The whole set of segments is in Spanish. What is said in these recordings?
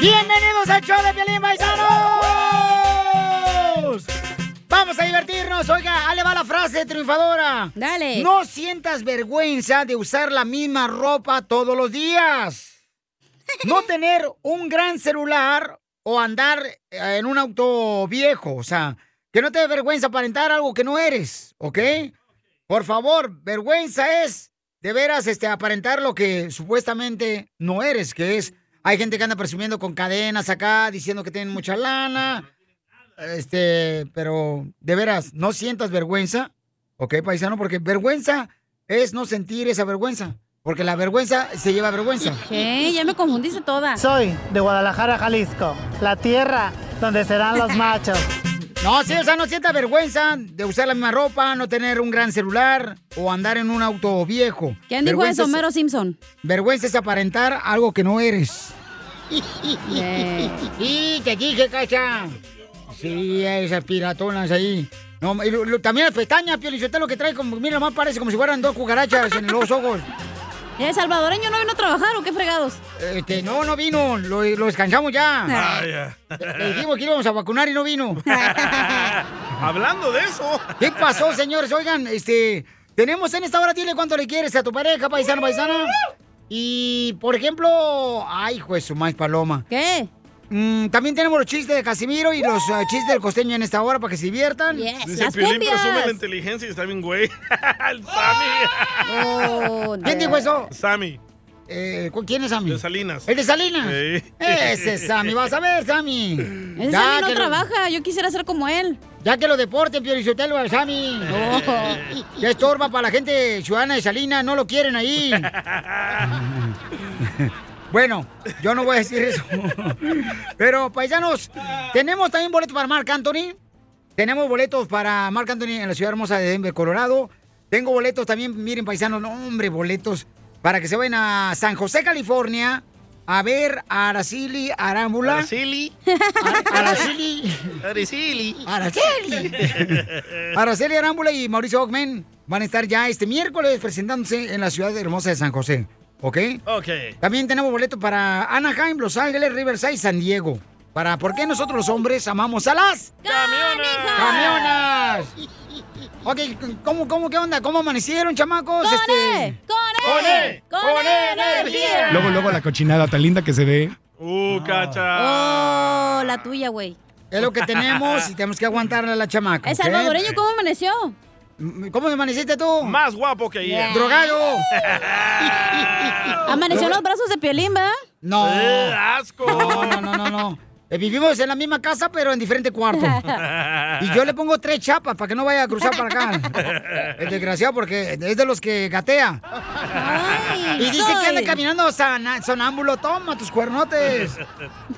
¡Bienvenidos al show de Pielín Paisanos! Vamos a divertirnos. Oiga, ahí le va la frase triunfadora. Dale. No sientas vergüenza de usar la misma ropa todos los días. No tener un gran celular o andar eh, en un auto viejo. O sea, que no te dé vergüenza aparentar algo que no eres, ¿ok? Por favor, vergüenza es de veras este, aparentar lo que supuestamente no eres, que es. Hay gente que anda presumiendo con cadenas acá, diciendo que tienen mucha lana. Este, pero de veras, no sientas vergüenza, ¿ok, paisano? Porque vergüenza es no sentir esa vergüenza. Porque la vergüenza se lleva a vergüenza. ¿Qué? Ya me confundiste toda. Soy de Guadalajara, Jalisco, la tierra donde serán los machos. No, sí, o sea, no sienta vergüenza de usar la misma ropa, no tener un gran celular o andar en un auto viejo. ¿Quién dijo Vergüenza eso, es- Homero Simpson? Vergüenza es aparentar algo que no eres. Y te dije, cacha. Sí, esas piratonas ahí. No, y lo- lo- también las pestañas, Pio lo que trae como, mira, más parece como si fueran dos cucarachas en los ojos. ¿El ¿Eh, salvadoreño no vino a trabajar o qué fregados? Este, no, no vino, lo, lo descansamos Ah, ya. Ah. Le dijimos que íbamos a vacunar y no vino. Hablando de eso. ¿Qué pasó, señores? Oigan, este, tenemos en esta hora, dile cuánto le quieres a tu pareja, paisano, paisana. Y, por ejemplo, ay, juez, su maíz paloma. Mm, ¿Qué? también tenemos los chistes de Casimiro y los eh, chistes del costeño en esta hora para que se diviertan. Dice Piolín presume la inteligencia y está bien güey. El Sammy. Oh, ¿Quién dijo eso? Eh, Sammy. ¿Quién es Sammy? De Salinas. ¿El de Salinas? Sí. Ese es Sammy, vas a ver, Sammy. Ese Ya Sammy no que lo- trabaja, yo quisiera ser como él. Ya que lo deporten, Piorichotelo al Sammy. Ya estorba para la gente ciudadana de Salinas, no lo quieren ahí. Bueno, yo no voy a decir eso. Pero, paisanos, tenemos también boletos para Marc Anthony. Tenemos boletos para Marc Anthony en la ciudad hermosa de Denver, Colorado. Tengo boletos también, miren, paisanos, no, hombre, boletos para que se vayan a San José, California, a ver a Araceli Arámbula. Araceli. A- Araceli. Araceli. Araceli. Araceli Arámbula y Mauricio Ogmen van a estar ya este miércoles presentándose en la ciudad hermosa de San José. ¿Ok? Ok. También tenemos boleto para Anaheim, Los Ángeles, Riverside y San Diego. Para ¿Por qué nosotros los hombres amamos a las camionas? Ok, ¿cómo, cómo, qué onda? ¿Cómo amanecieron, chamacos? Este- ¡Con él! ¡Con él! ¡Con E energía! Luego, luego la cochinada tan linda que se ve. Uh, cacha. Oh, la tuya, güey. Es lo que tenemos y tenemos que aguantarle a la chamaca. ¿El ¿ok? Mm, salvadoreño cómo amaneció? ¿Cómo amaneciste tú? Más guapo que ayer. ¡Drogado! Amaneció en los brazos de Piolín, ¿verdad? No. Eh, asco. No, no, no, no, no. Eh, vivimos en la misma casa, pero en diferente cuarto. Y yo le pongo tres chapas para que no vaya a cruzar para acá. El desgraciado, porque es de los que gatea. y dice que anda caminando sana- sonámbulo. Toma tus cuernotes.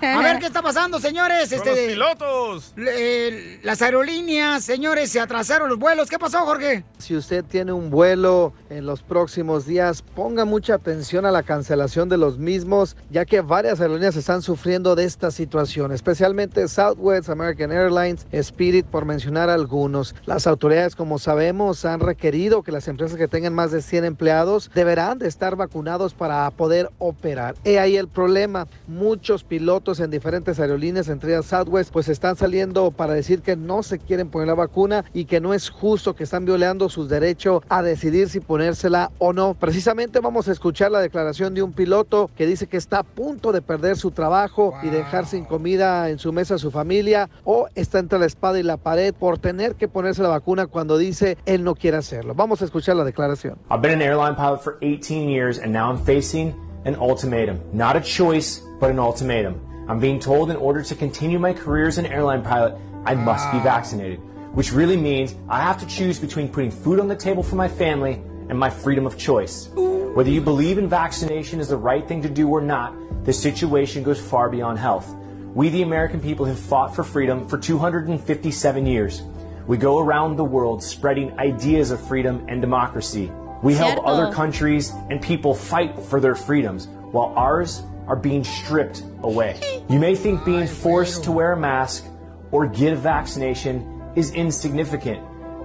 A ver qué está pasando, señores. Este Con los pilotos. eh, las aerolíneas, señores, se atrasaron los vuelos. ¿Qué pasó, Jorge? Si usted tiene un vuelo en los próximos días, ponga mucha atención a la cancelación de los mismos, ya que varias aerolíneas están sufriendo de esta situación, especialmente Southwest, American Airlines, Spirit, por mencionar algunos. Las autoridades, como sabemos, han requerido que las empresas que tengan más de 100 empleados deberán de estar vacunados para poder operar. He ahí el problema. Muchos pilotos en diferentes aerolíneas, entre ellas Southwest, pues están saliendo para decir que no se quieren poner la vacuna y que no es justo que están violando sus derechos a decidir si ponérsela o no. Precisamente vamos a escuchar la declaración de un piloto que dice que está a punto de perder su trabajo y dejar sin comida en su mesa a su familia o está entre la espada y la pared por tener que ponerse la vacuna cuando dice él no quiere hacerlo. Vamos a escuchar la declaración. I've been an airline pilot for 18 years and now I'm facing an ultimatum. Not a choice, but an ultimatum. I'm being told in order to continue my career as an airline pilot, I must be vaccinated, which really means I have to choose between putting food on the table for my family and my freedom of choice. Whether you believe in vaccination is the right thing to do or not, the situation goes far beyond health. We, the American people, have fought for freedom for 257 years. We go around the world spreading ideas of freedom and democracy. We help Cierto. other countries and people fight for their freedoms, while ours are being stripped away. You may think being forced to wear a mask or get a vaccination is insignificant,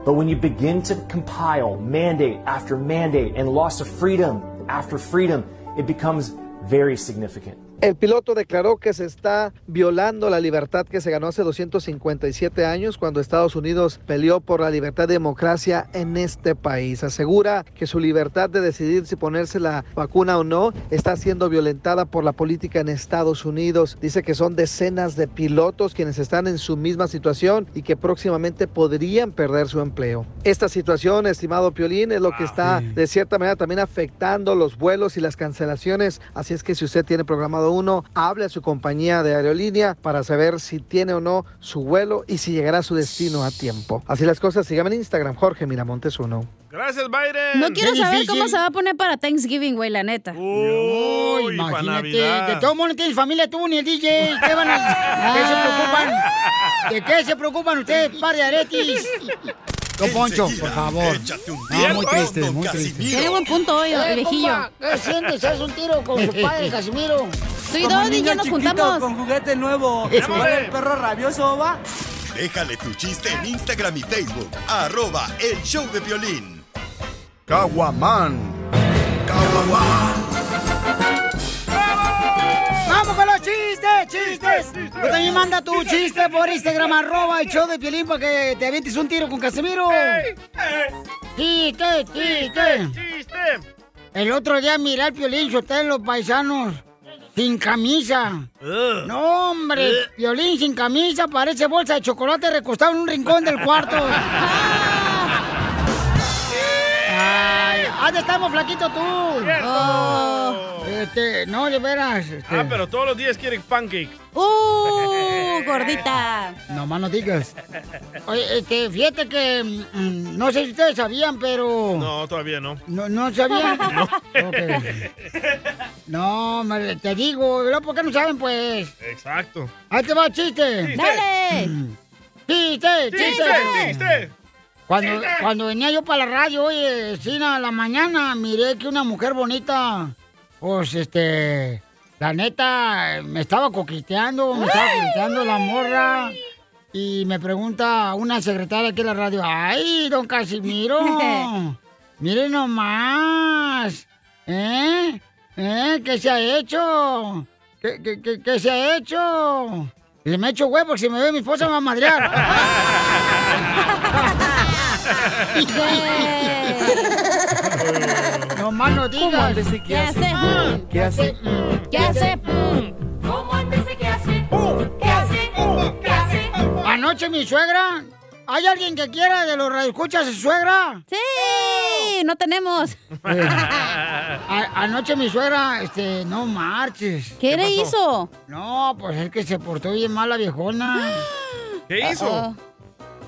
but when you begin to compile mandate after mandate and loss of freedom after freedom, it becomes very significant. El piloto declaró que se está violando la libertad que se ganó hace 257 años cuando Estados Unidos peleó por la libertad y democracia en este país. Asegura que su libertad de decidir si ponerse la vacuna o no está siendo violentada por la política en Estados Unidos. Dice que son decenas de pilotos quienes están en su misma situación y que próximamente podrían perder su empleo. Esta situación, estimado Piolín, es lo que está de cierta manera también afectando los vuelos y las cancelaciones. Así es que si usted tiene programado uno, hable a su compañía de aerolínea para saber si tiene o no su vuelo y si llegará a su destino a tiempo. Así las cosas, síganme en Instagram, Jorge Miramontes uno. Gracias, Biden. No quiero Qué saber difícil. cómo se va a poner para Thanksgiving, güey, la neta. Uy, Uy, para imagínate, Navidad. de todo mundo no tienes familia tú ni el DJ. ¿Qué van a- ¿De qué se preocupan? ¿De qué se preocupan ustedes, par de aretis? Don Poncho, por favor. Échate un No, tiro muy con triste, Don muy triste. Casimiro. Tiene buen punto hoy, el Eh, viejillo. compa, ¿Qué sientes? ¿Haz un tiro con su padre, Casimiro? Tú y Dodi ya nos juntamos. juguete nuevo. Sí. Vale, el perro rabioso va? Déjale tu chiste en Instagram y Facebook. Arroba el show de violín. Caguaman. Caguaman. ¡Vamos con los chistes, chistes! Tú también manda tu chiste por Instagram, arroba el show de Piolín para que te avientes un tiro con Casimiro. ¡Ey! ¡Ey! ¡Chiste, chiste! ¡Chiste! El otro día miré al Piolín en los paisanos sin camisa. Ugh. No, hombre, Piolín sin camisa parece bolsa de chocolate recostado en un rincón del cuarto. Ay, ¿a ¿Dónde estamos, flaquito tú? Cierto. Este, no, de veras. Este, Ah, pero todos los días quiere pancake. Uh, gordita. Nomás no digas. Oye, este, fíjate que mm, no sé si ustedes sabían, pero. No, todavía no. No, no sabían. No. No, me- te digo, ¿no? ¿por qué no saben, pues? Exacto. Ahí te va el chiste. Dale. Chiste, ¡Chiste! chiste. ¡Chiste! Cuando, cuando venía yo para la radio, oye, Sina, a la mañana, miré que una mujer bonita, pues, este, la neta, me estaba coqueteando, me estaba coqueteando la morra. Y me pregunta una secretaria aquí en la radio, ¡ay, don Casimiro! ¡Mire nomás! ¿Eh? ¿Eh? ¿Qué se ha hecho? ¿Qué, qué, qué, qué se ha hecho? Le me echo huevo, si me ve mi esposa me va a madrear. Ve. Nomás no digas. ¿Qué hace? ¿Qué hace? ¿Qué hace? Uh, Anoche mi suegra. ¿Hay alguien que quiera de los radioescuchas a su suegra? Eh, Sí, no tenemos. A- anoche mi suegra, este, no marches. ¿Qué, le hizo? No, pues es que se portó bien mal la viejona. ¿Qué hizo? Oh.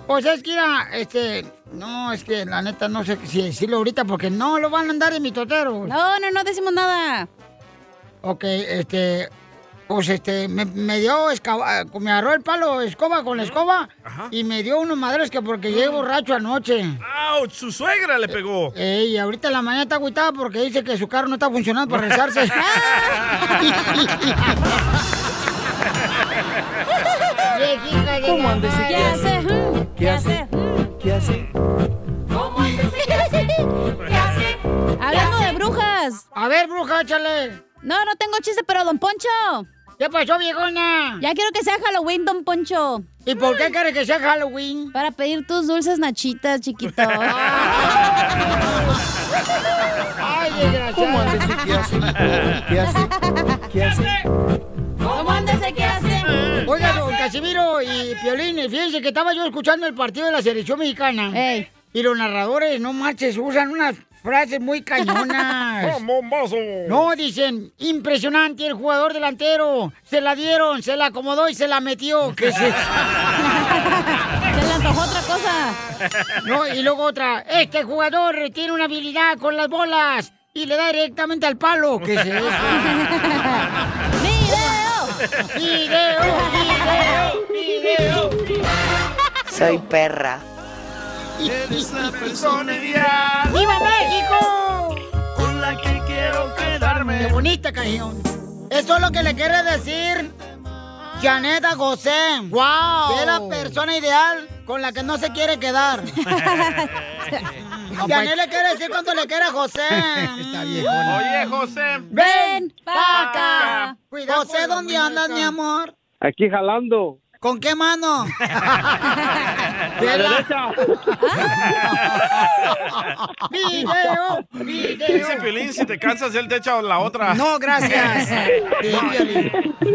Pues es que era, este, no, es que la neta no sé si decirlo ahorita porque no lo van a andar en mi totero. No, no, no decimos nada. Ok, este, pues este, me, me dio, escaba- me agarró el palo escoba con la escoba Ajá. Ah. y me dio unos madres que porque llegué borracho anoche. ¡Auch! Su suegra le pegó. Ey, ahorita en la mañana está agüitada porque dice que su carro no está funcionando para rezarse. ¿Qué hace? ¿Qué hace? ¿Qué hace? Hablando de brujas. A ver, bruja, échale. No, no tengo chiste, pero don Poncho. ¿Qué pasó, viejona? Ya quiero que sea Halloween, don Poncho. ¿Y por qué quieres que sea Halloween? Para pedir tus dulces nachitas, chiquito. Ay, desgraciado. ¿Qué hace? ¿Qué hace? ¿Qué hace? ¿Cómo andas? ¿Qué hace? Oiga, don Casimiro y Piolín, fíjense que estaba yo escuchando el partido de la selección mexicana. Ey. Y los narradores, no marches, usan unas frases muy cañonas. bombazo! No, dicen, impresionante el jugador delantero. Se la dieron, se la acomodó y se la metió. ¿Qué es eso? Se le antojó otra cosa. No, y luego otra, este jugador tiene una habilidad con las bolas y le da directamente al palo. ¿Qué es eso? ¡Video! ¡Video, video, video! Soy perra. Eres la persona ideal ¡Viva México! con la que quiero ¡Qué quedarme. bonita canción! Eso es lo que le quiere decir Janeta José. ¡Wow! Que es la persona ideal con la que no se quiere quedar. Janet le quiere decir cuando le quiere a pues. José. Está Oye, José. ¡Ven! ¡Paca! José, ¿dónde andas, mi amor? Aquí jalando. ¿eh? ¿Con qué mano? ¡De la derecha! ¡Video! ¡Video! Dice Piolín, si te cansas, él te echa la otra. No, gracias. Sí, Piolín.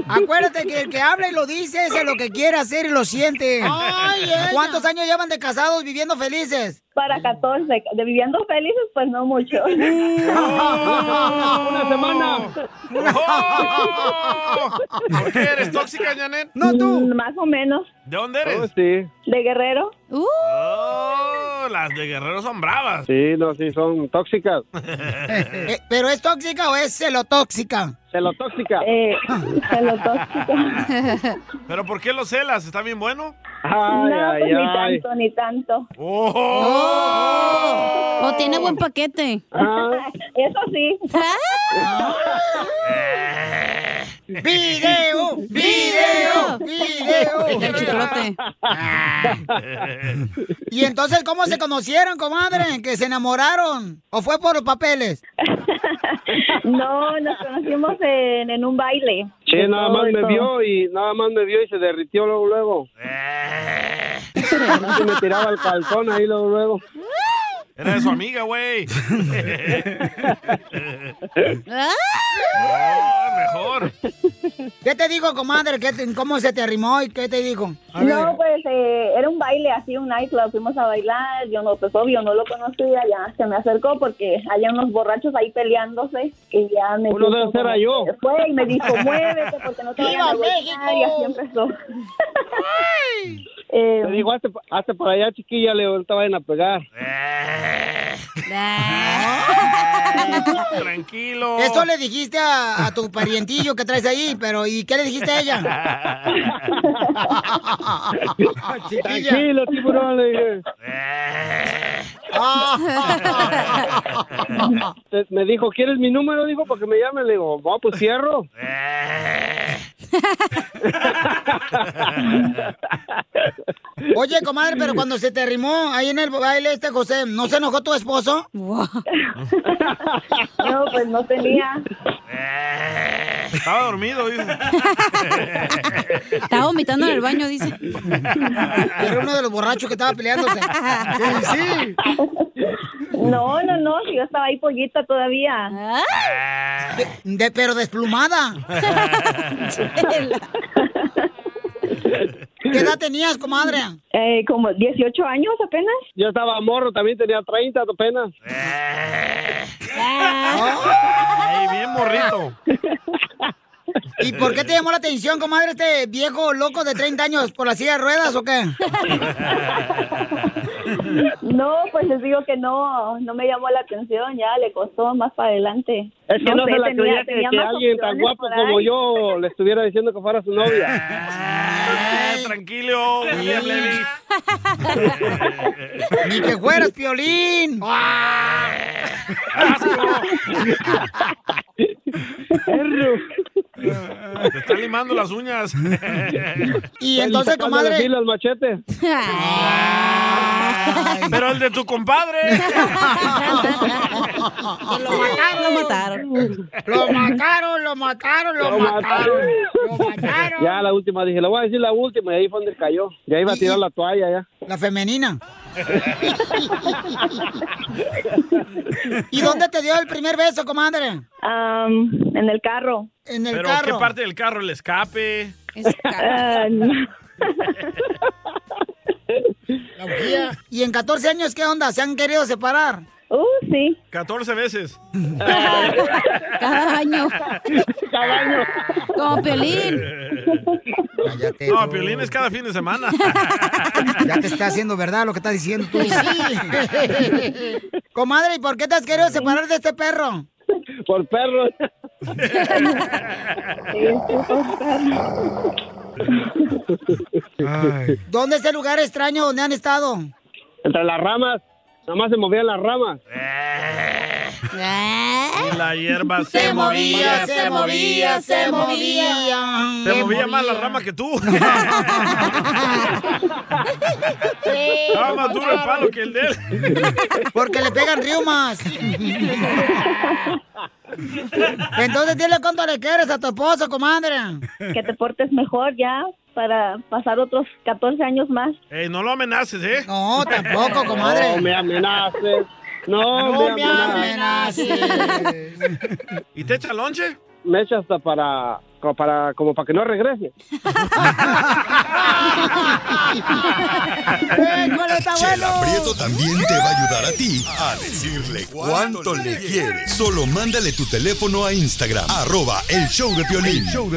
Acuérdate que el que habla y lo dice es lo que quiere hacer y lo siente. Ay, ella. ¿Cuántos años llevan de casados viviendo felices? Para 14, de viviendo felices, pues no mucho. Una semana. ¿Por qué eres tóxica, Janet? No, tú. Mm, Más o menos. ¿De dónde eres? Oh, sí. De Guerrero. Uh. Oh, las de Guerrero son bravas. Sí, no, sí, son tóxicas. Eh, ¿Pero es tóxica o es celotóxica? Celotóxica. Eh, celotóxica. ¿Pero por qué lo celas? ¿Está bien bueno? Ay, no, ay, pues ni ay. Oh. tanto, ni tanto. Oh. O tiene buen paquete. Ah. Ah. Eso sí. ¡Video! ¡Video! ¡Video! El chiclote. ¿Y entonces cómo se conocieron, comadre? ¿Que se enamoraron? ¿O fue por papeles? No, nos conocimos en, en un baile. Sí, De nada todo, más de me todo. vio y nada más me vio y se derritió luego luego. Casi me tiraba el calzón ahí luego luego. Era de su amiga, güey. Oh, mejor. ¿Qué te dijo, comadre? ¿Qué te- ¿Cómo se te arrimó y qué te dijo? A ver. No, pues eh, era un baile así, un nightclub, fuimos a bailar, yo no, pues obvio, no lo conocía, ya se me acercó porque había unos borrachos ahí peleándose y ya me Uno dijo de esos era como yo. que Fue y me dijo, muévete porque no te vayan a ¡Viva golpear", y México! así empezó. Le Eh, digo, hazte, pa- hazte para allá, chiquilla, le digo, ahorita vayan a pegar. Tranquilo. Esto le dijiste a, a tu parientillo que traes ahí, pero ¿y qué le dijiste a ella? Chiquilla. Tranquilo, tiburón, le dije. Ah, Te- Me dijo, ¿quieres mi número? Dijo, para que me llame. Le digo, no, pues cierro. Oye, comadre, pero cuando se te arrimó ahí en el baile este José, ¿no se enojó tu esposo? Wow. no, pues no tenía. Estaba dormido, dice. Estaba vomitando en el baño, dice. Era uno de los borrachos que estaba peleándose. Sí, sí. No, no, no, si yo estaba ahí pollita todavía. Ah, De- pero desplumada. chela. ¿Qué edad tenías, comadre? Eh, como 18 años apenas. Yo estaba morro, también tenía 30 apenas. Eh, Ay, bien morrito. ¿Y por qué te llamó la atención, comadre, este viejo loco de 30 años por la silla de ruedas o qué? No, pues les digo que no, no me llamó la atención, ya le costó más para adelante. Es que no, sé, se la creía tenía- tenía que, que más alguien tan opciones guapo por como ahí. yo le estuviera diciendo que fuera su novia. Eh, tranquilo, William Levy. Ni que fueras piolín. ¡Ah! Perro. Te está limando las uñas. Y entonces, Sacándole comadre. así los machetes. Pero el de tu compadre. Lo mataron, lo mataron. Lo mataron, lo mataron, lo Lo mataron. mataron. Lo mataron. Ya la última, dije, le voy a decir la última. Y ahí fue donde cayó. Ya iba a tirar la toalla ya. La femenina. ¿Y dónde te dio el primer beso, comadre? Am, en el carro. En el Pero carro. ¿qué parte del carro? ¿El escape? Es ca- Ah, no. La orgía. ¿Y en 14 años qué onda? ¿Se han querido separar? uh, sí. 14 veces. Cada año. Ah. Cada año. Como Piolín. Cállate. No, tú. Piolín es cada fin de semana. Ya te está haciendo verdad lo que estás diciendo tú. Pues comadre, ¿y por qué te has querido separar de este perro? Por perro. ¿Dónde es el lugar extraño donde han estado? Entre las ramas. Nada más se movían las ramas. Eh. Y la hierba se, Se movía, se movía, se movía. Se movía más la rama que tú. Estaba más duro el palo que el de él. Porque le pegan riumas. Entonces dile cuánto le quieres a tu esposo, comadre. Que te portes mejor ya para pasar otros 14 años más. Ey, no lo amenaces, ¿eh? No, tampoco, comadre. No me amenaces. No, me amenaces. ¿Y te echa lonche? Me echa hasta para, co- para, como para que no regrese. Chela Prieto también te va a ayudar a ti a decirle cuánto le quieres. Solo mándale tu teléfono a Instagram, arroba el show de Piolín. El show de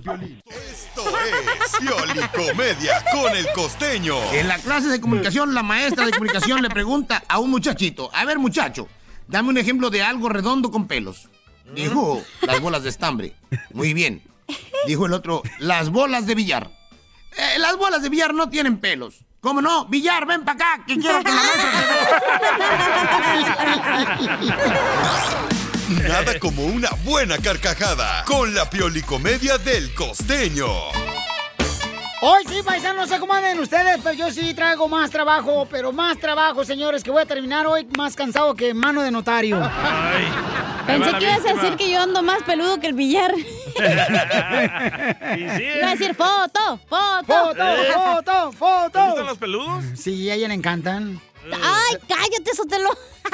Esto es Piolicomedia con el costeño. En la clase de comunicación, la maestra de comunicación le pregunta a un muchachito, a ver muchacho, dame un ejemplo de algo redondo con pelos. Dijo, las bolas de estambre. Muy bien. Dijo el otro, las bolas de billar. "Eh, las bolas de billar no tienen pelos. ¿Cómo no? Billar, ven para acá, que quiero que la maestra te vea". Nada como una buena carcajada con la Piolicomedia del costeño. Hoy sí, paisanos, no sé cómo anden ustedes, pero yo sí traigo más trabajo, pero más trabajo, señores, que voy a terminar hoy más cansado que mano de notario. Pensé que ibas a decir que yo ando más peludo que el billar. Iba a decir foto, foto. Foto, foto, foto. ¿Te gustan los peludos? Ah. Sí, a ella le encantan. Ay, cállate, Sotelo.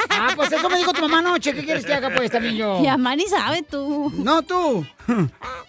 Ah, pues eso me dijo tu mamá anoche. ¿Qué quieres que haga, pues, también yo? Mi mamá ni sabe tú. No, tú. Tu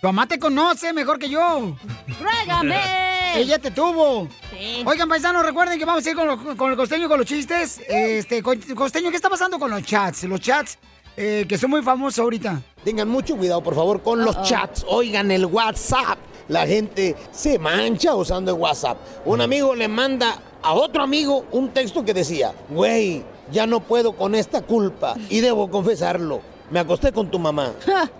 mamá te conoce mejor que yo. ¡Ruégame! Ella te tuvo. Sí. Oigan, paisanos, recuerden que vamos a ir con, lo- con el costeño y con los chistes. Este, co- costeño, ¿qué está pasando con los chats? Los chats eh, que son muy famosos ahorita. Tengan mucho cuidado, por favor, con los chats. Oigan el WhatsApp. La gente se mancha usando el WhatsApp. Mm. Un amigo le manda a otro amigo un texto que decía, güey, ya no puedo con esta culpa y debo confesarlo. Me acosté con tu mamá.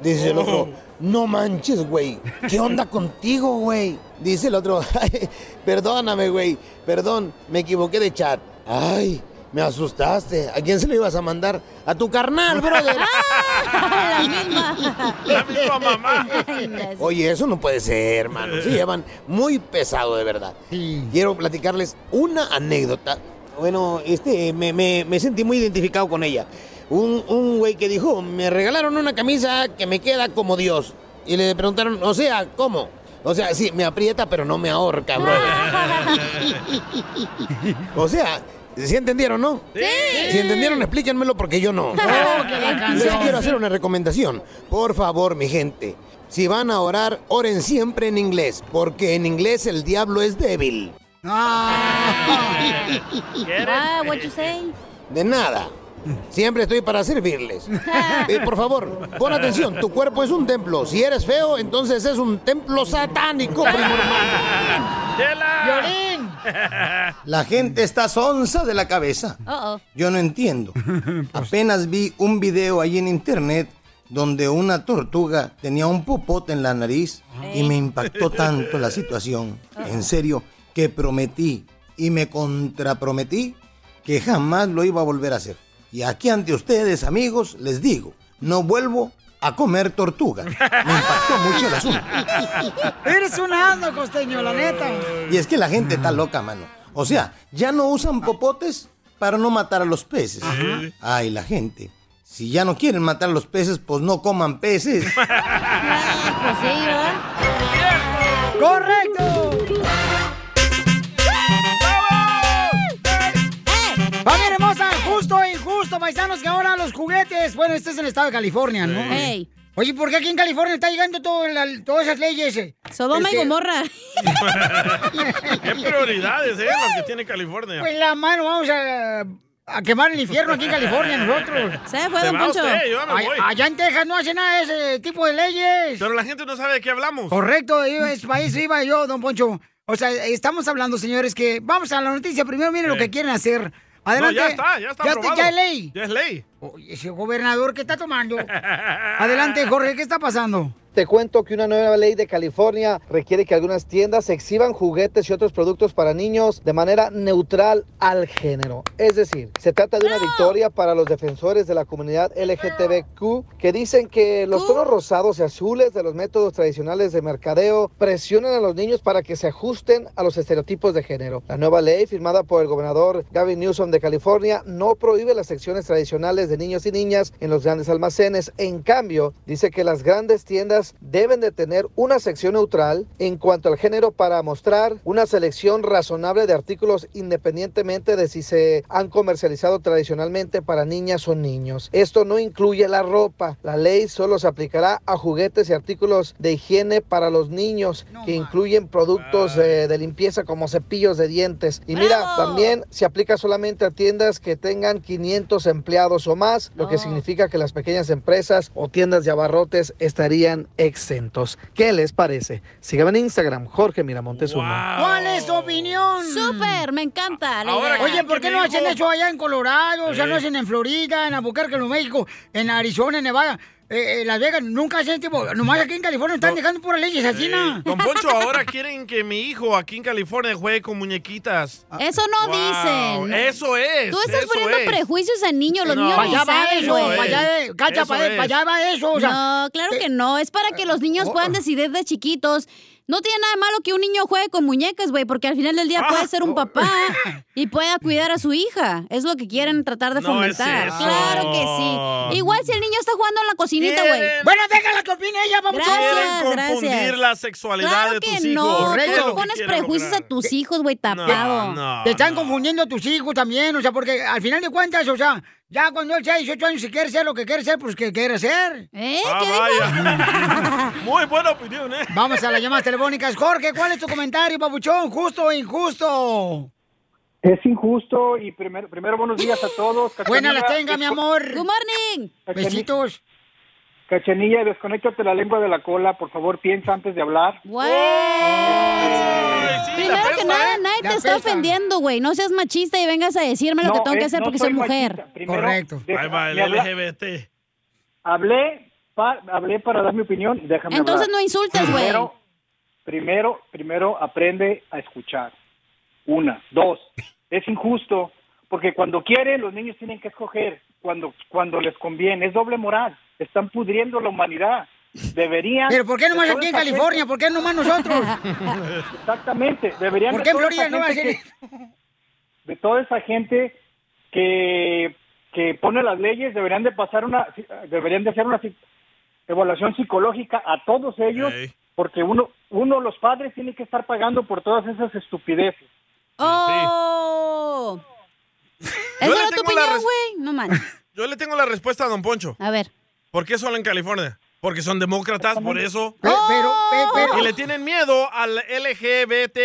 Dice el Oh. otro, no manches, güey. ¿Qué onda contigo, güey? Dice el otro, "Ay, perdóname, güey. Perdón, me equivoqué de chat. Ay, me asustaste. ¿A quién se lo ibas a mandar? A tu carnal, brother. La misma. La misma mamá. Oye, eso no puede ser, hermano. Se llevan muy pesado, de verdad. Quiero platicarles una anécdota. Bueno, este, me, me- me sentí muy identificado con ella. Un, un güey que dijo, me regalaron una camisa que me queda como Dios. Y le preguntaron, o sea, ¿cómo? O sea, sí, me aprieta, pero no me ahorca, bro. Ah. o sea, ¿sí entendieron, no? Sí. Si entendieron, explíquenmelo porque yo no. Les quiero hacer una recomendación. Por favor, mi gente, si van a orar, oren siempre en inglés, porque en inglés el diablo es débil. Ah, what you say? De nada. Siempre estoy para servirles. Eh, por favor, pon atención, tu cuerpo es un templo. Si eres feo, entonces es un templo satánico, primo hermano. La gente está sonsa de la cabeza. Uh-oh. Yo no entiendo. Apenas vi un video ahí en internet donde una tortuga tenía un popote en la nariz y me impactó tanto la situación. En serio, que prometí y me contraprometí que jamás lo iba a volver a hacer. Y aquí ante ustedes, amigos, les digo, no vuelvo a comer tortuga. Me impactó mucho el asunto. Eres un asno, costeño, la neta. Y es que la gente Mm. está loca, mano. O sea, ya no usan popotes para no matar a los peces. Ay, la gente. Si ya no quieren matar a los peces, pues no coman peces. Pues sí, ¿verdad? ¡Correcto! ¡Vamos, ¡Eh! hermosa! Justo e injusto, paisanos, que ahora los juguetes. Bueno, este es el estado de California, ¿no? Ey. Oye, ¿por qué aquí en California está llegando todo el- todas esas leyes? eh? Sodoma y Este, Gomorra. Qué prioridades, ¿eh? Las que tiene California. Pues la mano, vamos a, a quemar el infierno aquí en California nosotros. Se fue, Se don va Poncho. usted, yo me Ay- voy. Allá en Texas no hace nada de ese tipo de leyes. Pero la gente no sabe de qué hablamos. Correcto, yo- es país viva yo, don Poncho. O sea, estamos hablando, señores, que vamos a la noticia. Primero miren lo que quieren hacer. Adelante. No, ya está, ya está Ya, aprobado. ya es ley. Ya es ley. Oye, ese gobernador que está tomando. Adelante, Jorge, ¿qué está pasando? Te cuento que una nueva ley de California requiere que algunas tiendas exhiban juguetes y otros productos para niños de manera neutral al género. Es decir, se trata de una victoria para los defensores de la comunidad LGTBQ que dicen que los tonos rosados y azules de los métodos tradicionales de mercadeo presionan a los niños para que se ajusten a los estereotipos de género. La nueva ley firmada por el gobernador Gavin Newsom de California no prohíbe las secciones tradicionales de niños y niñas en los grandes almacenes. En cambio, dice que las grandes tiendas deben de tener una sección neutral en cuanto al género para mostrar una selección razonable de artículos independientemente de si se han comercializado tradicionalmente para niñas o niños. Esto no incluye la ropa. La ley solo se aplicará a juguetes y artículos de higiene para los niños que incluyen productos eh, de limpieza como cepillos de dientes. Y mira, también se aplica solamente a tiendas que tengan 500 empleados o más, lo que significa que las pequeñas empresas o tiendas de abarrotes estarían exentos. ¿Qué les parece? Síganme en Instagram, Jorge Miramontes uno. ¿Cuál es tu opinión? Súper, me encanta. la idea. Oye, ¿por qué no hacen eso allá en Colorado? O sea, no hacen en Florida, en Albuquerque, en México, en Arizona, en Nevada, eh, en Las Vegas. Nunca hacen tipo, nomás aquí en California están dejando puras leyes así, ¿no? Don Poncho, ahora quieren que mi hijo aquí en California juegue con muñequitas. Ah. Eso no Wow, dicen. Eso es. Tú estás eso poniendo es. prejuicios al niño, los No, niños para ni allá va saben, eso, güey. para allá, eh, cacha, Eso para- es. para allá va eso, o sea, no, eh, claro que no. Es para que los oh. niños puedan decidir de chiquitos. No tiene nada de malo que un niño juegue con muñecas, güey, porque al final del Ah. día puede ser un papá y pueda cuidar a su hija. Es lo que quieren tratar de No es fomentar. eso. Claro que sí. Igual si el niño está jugando en la cocinita, güey. Quieren- Bueno, déjala que opine ella, vamos Gracias, Quieren confundir gracias. la sexualidad Claro de tus que hijos. no, Es tú lo le que pones quieren prejuicios lograr. a tus hijos, güey, tapado. no, Te están confundiendo a tus hijos también, o sea, porque al final de cuentas, o sea, ya cuando él sea 18 años y quiere ser lo que quiere ser, pues que quiere ser. ¿Eh? Ah, vaya. Muy buena opinión, ¿eh? Vamos a las llamadas telefónicas. Jorge, ¿cuál es tu comentario, papuchón? ¿Justo o injusto? Es injusto y primero, primero buenos días a todos. Buena Cachanilla, las tenga, mi amor. Pues Good morning. Cachanilla- Besitos. Cachanilla, desconéctate la lengua de la cola, por favor, piensa antes de hablar. Primero que ¿eh? nada, nadie La te está apesta. ofendiendo, güey. No seas machista y vengas a decirme lo No, que tengo eh, que es- hacer no porque soy, mujer. machista. Primero, deja- Ahí va, el me habla- LGBT. Hablé, pa- hablé para dar mi opinión, déjame Entonces no hablar. insultes, güey. Primero, primero, primero aprende a escuchar. Una. Dos, es injusto, porque cuando quieren los niños tienen que escoger, cuando, cuando les conviene. Es doble moral, están pudriendo la humanidad. Deberían... Pero ¿por qué nomás de toda aquí en esta California? ¿Por qué nomás nosotros? Exactamente, deberían... ¿Por de qué en toda Florida esa no va a gente ser? que- De toda esa gente que, que pone las leyes, deberían de pasar una... Deberían de hacer una psi- evaluación psicológica a todos ellos, porque uno, uno, los padres tienen que estar pagando por todas esas estupideces. ¡Oh! Yo Esa le era tu tengo la opinión, res- güey. No manches. Yo le tengo la respuesta a Don Poncho. A ver. ¿Por qué solo en California? Porque son demócratas, por eso. Pero, Y le tienen miedo al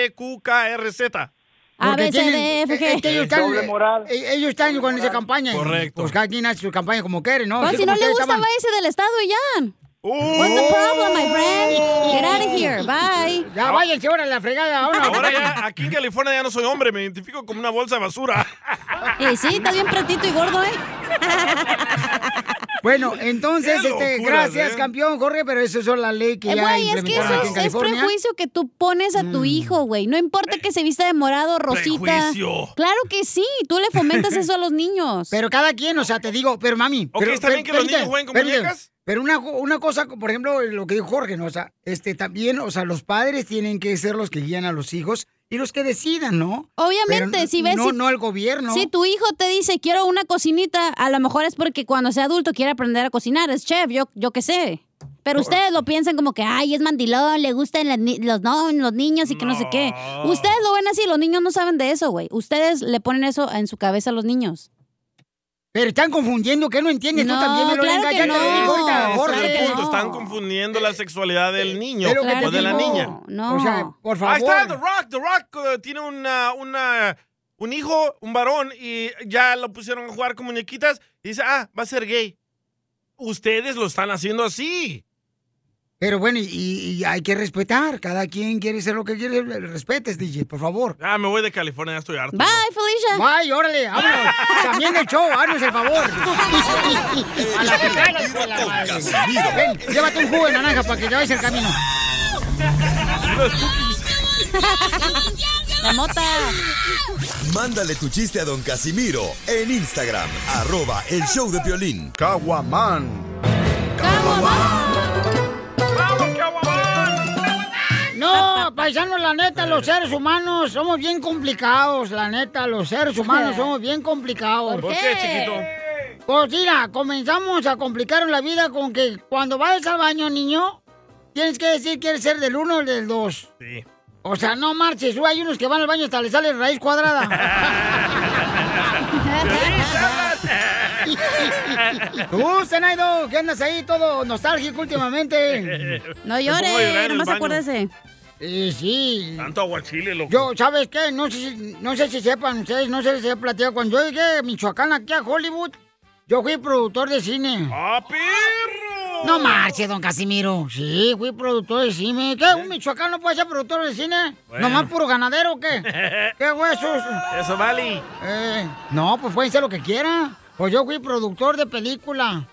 LGBTQKRZ. Ah, A, Porque B, C, tienen- D, F, G. eh, eh, e-, ellos están, doble moral. Ellos están con esa campaña. Correcto. Pues cada quien hace su campaña como quiere, ¿no? Pues Así si no como le ustedes gusta, estaban- váyase del estado y ya. What's the problem, my Oh. friend? Get out of here. Bye. Ya váyanse ahora a la fregada. Ahora, Ahora ya, aquí en California ya no soy hombre, me identifico como una bolsa de basura. Y sí, estás bien pretito y gordo, ¿eh? Bueno, entonces, Qué este, locuras, gracias, ¿eh? campeón, Jorge, pero eso es la ley que Eh, ya Güey, es que implementaron aquí en eso es, es California. Mm. prejuicio que tú pones a tu hijo, güey. No importa que se vista de morado, rosita. Prejuicio. Claro que sí, tú le fomentas eso a los niños. Pero cada quien, o sea, te digo, pero mami. pero, ¿está bien per- que los niños permíteme, jueguen con permíteme. muñecas? Pero una, co- una cosa, por ejemplo, lo que dijo Jorge, ¿no? O sea, este, también, o sea, los padres tienen que ser los que guían a los hijos y los que decidan, ¿no? Obviamente, Pero si ves No, si- no el gobierno. Si tu hijo te dice quiero una cocinita, a lo mejor es porque cuando sea adulto quiere aprender a cocinar, es chef, yo, yo qué sé. Pero ustedes lo piensan como que, ay, es mandilón, le gustan las ni- los, no, los niños y que no. sé qué. Ustedes lo ven así, los niños no saben de eso, güey. Ustedes le ponen eso en su cabeza a los niños. Pero están confundiendo, que no entiendes No, tú también, Verónica? claro que Ya te no. digo ahorita, Ese Jorge. es el punto, Están confundiendo la sexualidad del niño Eh, pero que o te de la digo, niña. no. o sea, por Ahí está favor. The Rock. The Rock eh, tiene una, una, un hijo, un varón, y ya lo pusieron a jugar con muñequitas. Y dice, ah, va a ser gay. Ustedes lo están haciendo así. Pero bueno, y, y hay que respetar. Cada quien quiere ser lo que quiere. Respetes, DJ, por favor. Ah, me voy de California, ya estoy harto. Felicia. Bye, órale, vámonos. También el show, haznos el favor. A la picada, hijo de la madre. Ven, llévate un jugo de naranja para que te vayas el camino. La mota. Mándale tu chiste a don Casimiro en Instagram, arroba el show de violín. Caguaman. No, paisanos, la neta, los seres humanos somos bien complicados. La neta, los seres humanos somos bien complicados. ¿Por qué, chiquito? Pues mira, comenzamos a complicar la vida con que cuando vayas al baño, niño, tienes que decir quieres ser del uno o del dos. Sí. O sea, no marches. Uy, Hay unos que van al baño hasta le sale raíz cuadrada. Tú, Zenaido, que andas ahí todo nostálgico últimamente. No llores, Me pongo a llorar en el nomás baño. acuérdese. Y sí. Tanto aguachile, loco. Yo, ¿sabes qué? No sé, si- no sé si sepan ustedes, no sé si se ha platicado. Cuando yo llegué a Michoacán, aquí a Hollywood, yo fui productor de cine. ¡Ah, perro! No marche, don Casimiro. Sí, fui productor de cine. ¿Qué? ¿Un michoacano puede ser productor de cine? Bueno. ¿Nomás puro ganadero o qué? ¿Qué huesos? Eso vale. Eh, no, pues pueden ser lo que quieran. Pues yo fui productor de película.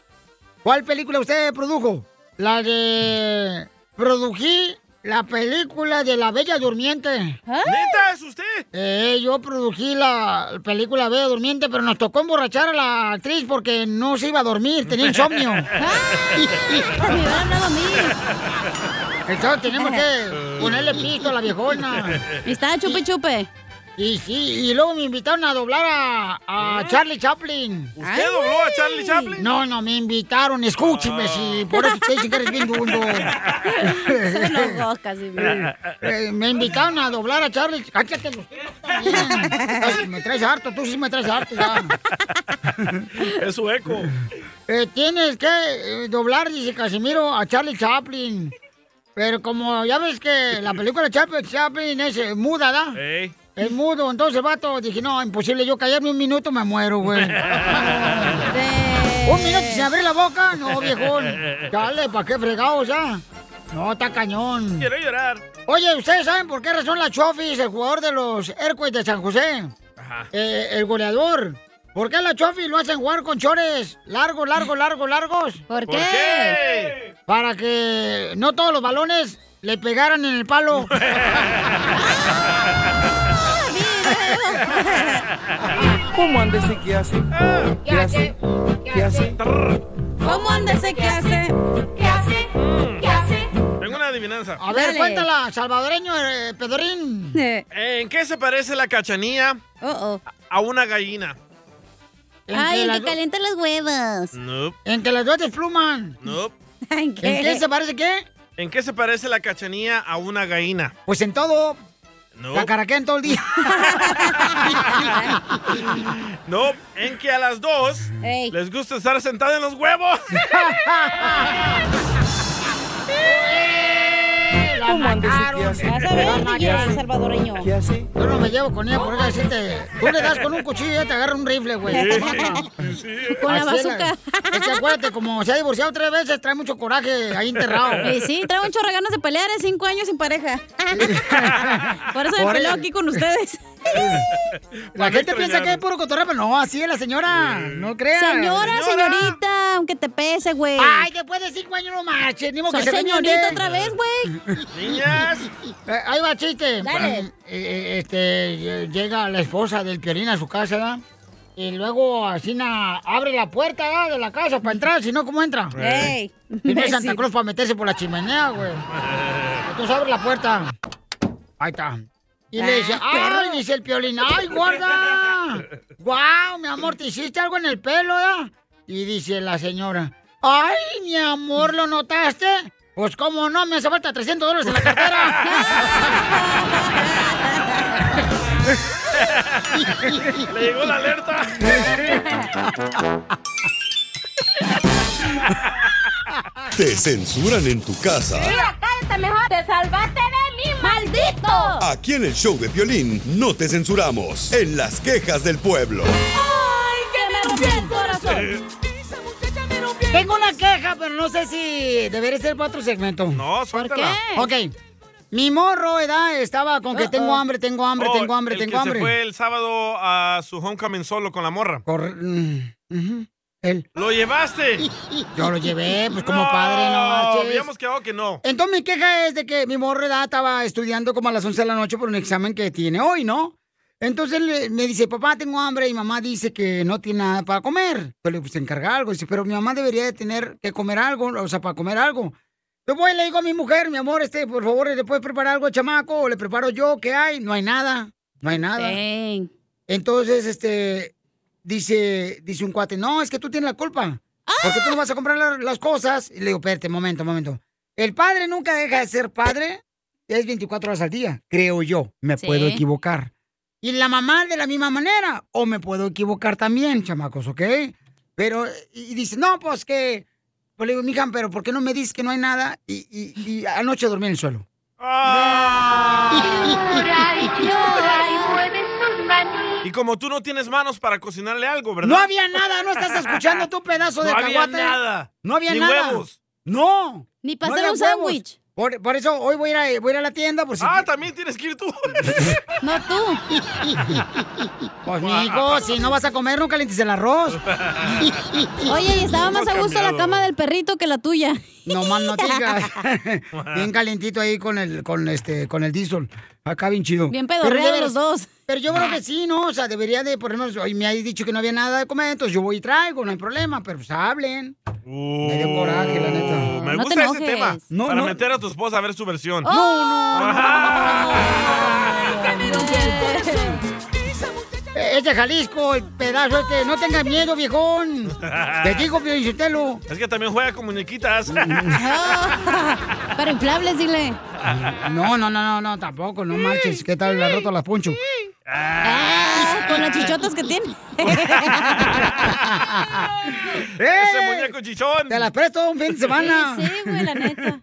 ¿Cuál película usted produjo? La de... Prodují la película de La Bella Durmiente. ¿Neta es usted? Eh, yo prodují la película Bella Durmiente, pero nos tocó emborrachar a la actriz porque no se iba a dormir, tenía insomnio. Entonces tenemos que ponerle pisto a la viejona. Y estaba chupe chupe. Y sí, y luego me invitaron a doblar a, a Charlie Chaplin. ¿Eh? ¿Usted dobló a Charlie Chaplin? Ah. No, no, me invitaron. Escúcheme, si por eso te dicen que eres bien dundo. Se enojó casi. Eh, me invitaron a doblar a Charlie. Cállate los tuyos también. Ay, me traes harto, tú sí me traes harto ya. Es sueco. Eh, tienes que eh, doblar, dice Casimiro, a Charlie Chaplin. Pero como ya ves que la película de Chap- Chaplin es eh, muda, ¿da? Ey. Es mudo, entonces el vato dije, no, imposible, yo callarme un minuto me muero, güey. un minuto sin abrir la boca, no, viejón. Dale, ¿para qué fregado ya? No, está cañón. Quiero llorar. Oye, ¿ustedes saben por qué razón la Chofis, el jugador de los Airquays de San José? Ajá. eh, el goleador. ¿Por qué la Chofi lo hacen jugar con chores largos, largos, largos, largos? ¿Por qué? qué? Para que no todos los balones le pegaran en el palo. ¿Cómo andes y qué hace? ¿Qué hace? ¿Qué hace? ¿Cómo andes y qué hace? ¿Qué hace? ¿Qué hace? Tengo una adivinanza. A ver, cuéntala, salvadoreño eh, Pedrín. ¿En qué se parece la cachanía Oh. a una gallina? Ay, el que calienta los huevos. Nope, En que las dos despluman. nope. ¿En ¿En qué se parece qué? ¿En qué se parece la cachanía a una gallina? Pues en todo. No. La caraquean todo el día. No, en que a las dos Ey. les gusta estar sentada en los huevos. La mataron. Vas a ver, DJ salvadoreño. ¿Qué hace? Yo no me llevo con ella, por eso decirte. Tú le das con un cuchillo y ella te agarra un rifle, güey. Sí. Con la Así es bazooka. Es que acuérdate, como se ha divorciado tres veces, trae mucho coraje ahí enterrado. Y Eh, sí, trae un chorro de ganas de pelear, es cinco años sin pareja. Por eso me Por peleo eso. aquí con ustedes. La gente extrañaron. piensa que es puro cotorreo, pero no, así es la señora. No creas. Señora, señorita, aunque te pese, güey. Ay, después de cinco años no marches, ni modo que Pues. Soy se ve señorita ñoñe. otra vez, güey. Niñas. Eh, ahí va chiste. Dale. Eh, eh, este, eh, llega la esposa del Piolín a su casa, ¿verdad? Y luego Asina abre la puerta ¿verdad? de la casa para entrar, si no, ¿cómo entra? Ey. Y no es Santa Cruz para meterse por la chimenea, güey. Entonces abre la puerta. Ahí está. Y le dice, Ah, ¡ay! perro. Dice el piolín, ¡ay, guarda! ¡Guau, mi amor, te hiciste algo en el pelo, ¿verdad? Y dice la señora, ¡ay, mi amor, lo notaste! Pues cómo no, me hace falta 300 dólares en la cartera. Le llegó la alerta. Te censuran en tu casa. cállate mejor. Te salvaste de mí, maldito. Aquí en el show de violín no te censuramos. En las quejas del pueblo. Ay, que me rompió el corazón. Tengo una queja, pero no sé si debería ser para otro segmento. No, suéltala. Ok. Mi morro, edad, estaba con que tengo hambre, tengo hambre, Oh, tengo hambre, el tengo que hambre. Se fue el sábado a su homecoming solo con la morra. mm, Él. ¿Lo llevaste? Yo lo llevé, pues como padre, no marches. Habíamos quedado que no. Entonces mi queja es de que mi morro de edad estaba estudiando como a las 11 de la noche por un examen que tiene hoy, ¿no? Entonces le- me dice, papá, tengo hambre y mamá dice que no tiene nada para comer. Yo le digo, pues encarga algo. Dice, pero mi mamá debería de tener que comer algo, o sea, para comer algo. Yo voy y le digo a mi mujer, mi amor, este, por favor, ¿le puedes preparar algo al chamaco? ¿O le preparo yo? ¿Qué hay? No hay nada. No hay nada. Entonces, este, dice, dice un cuate, no, es que tú tienes la culpa. ¿Por qué tú no vas a comprar la- las cosas? Y le digo, espérate, momento, momento. El padre nunca deja de ser padre. Es 24 horas al día, creo yo. Me Sí. puedo equivocar. Y la mamá de la misma manera. O me puedo equivocar también, chamacos, ¿ok? Pero, y y dice, no, pues que... Pues le digo, mija, pero ¿por qué no me dices que no hay nada? Y, y- y anoche dormí en el suelo. Y como tú no tienes manos para cocinarle algo, ¿verdad? No había nada, no estás escuchando tú, pedazo de No había caguate? nada. No había Ni nada. huevos. No. Ni para pasar hacer un sándwich. Por, por eso hoy voy a, ir a, voy a ir a la tienda por si. Ah, también tienes que ir tú. no tú. Pues mijo, si no vas a comer, no calientes el arroz. Oye, y estaba más a gusto la cama del perrito que la tuya. No más no digas. bien calentito ahí con el, con este, con el diesel. Acá bien chido. Bien Pero pedorreados de veras- los dos. Pero yo creo que sí, ¿no? O sea, debería de, por ejemplo, hoy me habéis dicho que no había nada de comer, entonces yo voy y traigo, no hay problema, pero pues hablen. Me dio coraje, la neta. Me No te gusta ese enojes. tema. No, para no. meter a tu esposa a ver su versión. No, no, Eh, Es de Jalisco, el pedazo este. No tengas miedo, viejón. Te digo, Pionicetelo. Es que también juega con muñequitas. Para inflables, dile. No, no, no, no, no, tampoco, no marches. ¿Qué tal le ha roto las poncho? Con las chichotas que tiene. Ah, ¡Ese muñeco chichón! ¡Eh! Te las presto un fin de semana. Sí, sí, güey, la neta.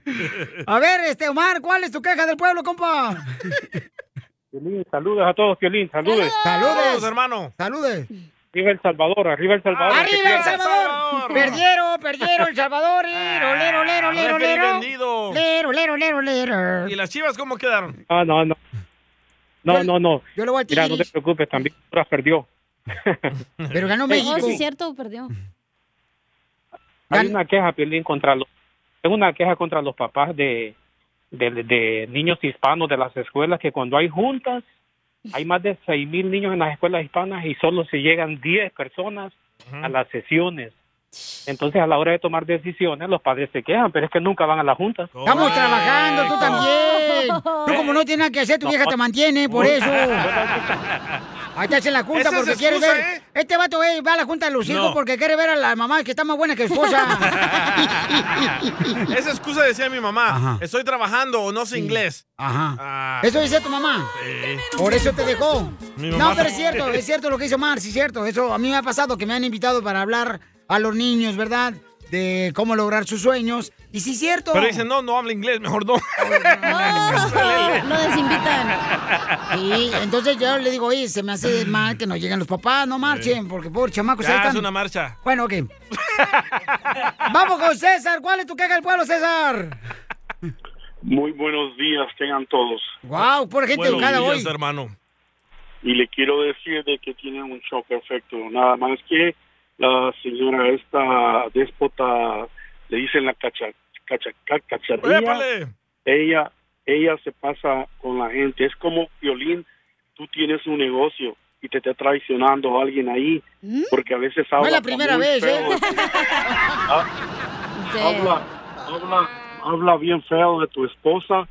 A ver, este, Omar, ¿cuál es tu queja del pueblo, compa? Piolín, saludos a todos, Piolín, saludos. Saludos, hermano. Saludes. Arriba El Salvador, arriba El Salvador. que ¡Arriba, El pierda. Salvador! Perdieron, perdieron, El Salvador. Lero, lero, lero, lero, Referí lero. vendido. Lero, lero, lero, lero. ¿Y las chivas cómo quedaron? Ah, no, no. No, no, no. Yo lo voy a Mira, no te Tigres. preocupes, también Honduras perdió. Pero ganó Oh, sí, es cierto, perdió. Hay una queja, Piolín, contra los... Tengo una queja contra los papás de, de, de niños hispanos de las escuelas que cuando hay juntas, hay más de seis mil niños en las escuelas hispanas y solo se llegan 10 personas a las sesiones. Entonces, a la hora de tomar decisiones, los padres se quejan, pero es que nunca van a las juntas. Estamos trabajando, tú también. Tú como no tienes nada que hacer, tu vieja te mantiene, por eso. Ahí te hacen la junta Esa es porque quiere excusa, ver. Este vato eh, va a la junta de los hijos No. porque quiere ver a la mamá que está más buena que su esposa. Esa excusa decía mi mamá. Estoy trabajando o no sé inglés. Ajá. Ah. Eso decía tu mamá. Sí. Por eso te dejó. Mi No, mamá- pero es cierto, es cierto lo que hizo Mar, sí es cierto. Eso a mí me ha pasado que me han invitado para hablar a los niños, ¿verdad? De cómo lograr sus sueños. Y sí es cierto. Pero dicen, no, no habla inglés, mejor no. no desinvitan. Sí, entonces yo le digo, oye, se me hace mal que no lleguen los papás, no marchen, porque por chamacos ahí Ya, es están. una marcha. Bueno, ok. Vamos con César, ¿cuál es tu queja del pueblo, César? Muy buenos días, tengan todos. Wow, por gente Buenos educada días, hoy. hermano. Y le quiero decir de que tienen un show perfecto. Nada más que la señora esta déspota, le dicen la cacha, cacha, ca- cacharilla. ¡Épale! Ella, ella se pasa con la gente. Es como violín. Tú tienes un negocio y te está traicionando alguien ahí, porque a veces ¿Mm? No habla es la pa' primera muy vez, ¿eh? feo. Habla, habla, habla bien feo de tu esposa.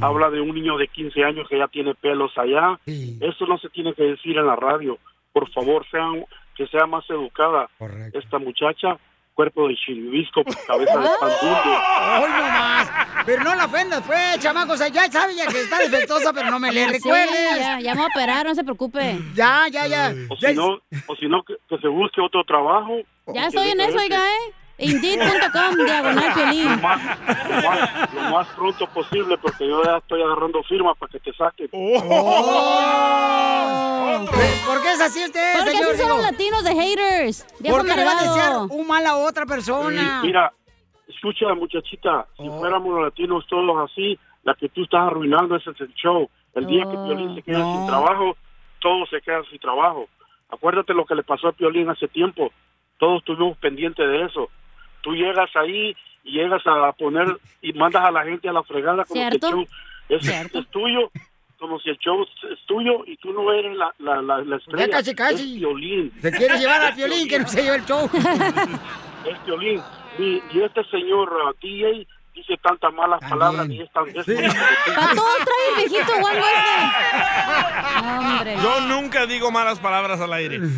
Habla de un niño de 15 años que ya tiene pelos allá. Eso no se tiene que decir en la radio. Por favor, sean, que sea más educada esta muchacha. Cuerpo de chiribisco, cabeza de pandullo. Hoy no más. Pero no la ofendas, pues, chamacos. O sea, ya sabes ya que está defectuosa, pero no me le Ah, Sí, recuerdes. ya, ya me voy a operar, no se preocupe. Ya, ya, ya. O si no, o si no que, que se busque otro trabajo. Ya estoy en eso, oiga, ¿eh? Indeed.com, diagonal Lo Piolín. más, lo más- lo más pronto posible porque yo ya estoy agarrando firmas para que te saquen. Oh. ¿Por qué es así usted, Porque señor? así son los Digo, latinos de haters. Viejo ¿Por qué le va a desear malvado. un mal a otra persona? Oh. Y Mira, escucha muchachita, si fuéramos los latinos todos así, la que tú estás arruinando ese es el show. El día Oh. que Piolín se queda sin trabajo, todos se quedan sin trabajo. Acuérdate lo que le pasó a Piolín hace tiempo. Todos estuvimos pendientes de eso. Tú llegas ahí y llegas a poner y mandas a la gente a la fregada como ¿Cierto? que el show es, es tuyo, como si el show es tuyo y tú no eres la, la, la, la estrella. casi, casi. Es Piolín. Te quieres llevar al Es Piolín que no se lleva el show. el violín. Y, y este señor uh, DJ dice tantas malas palabras y es tan... es muy repetido. Para todos trae el viejito Juan Wesley. Yo nunca digo malas palabras al aire.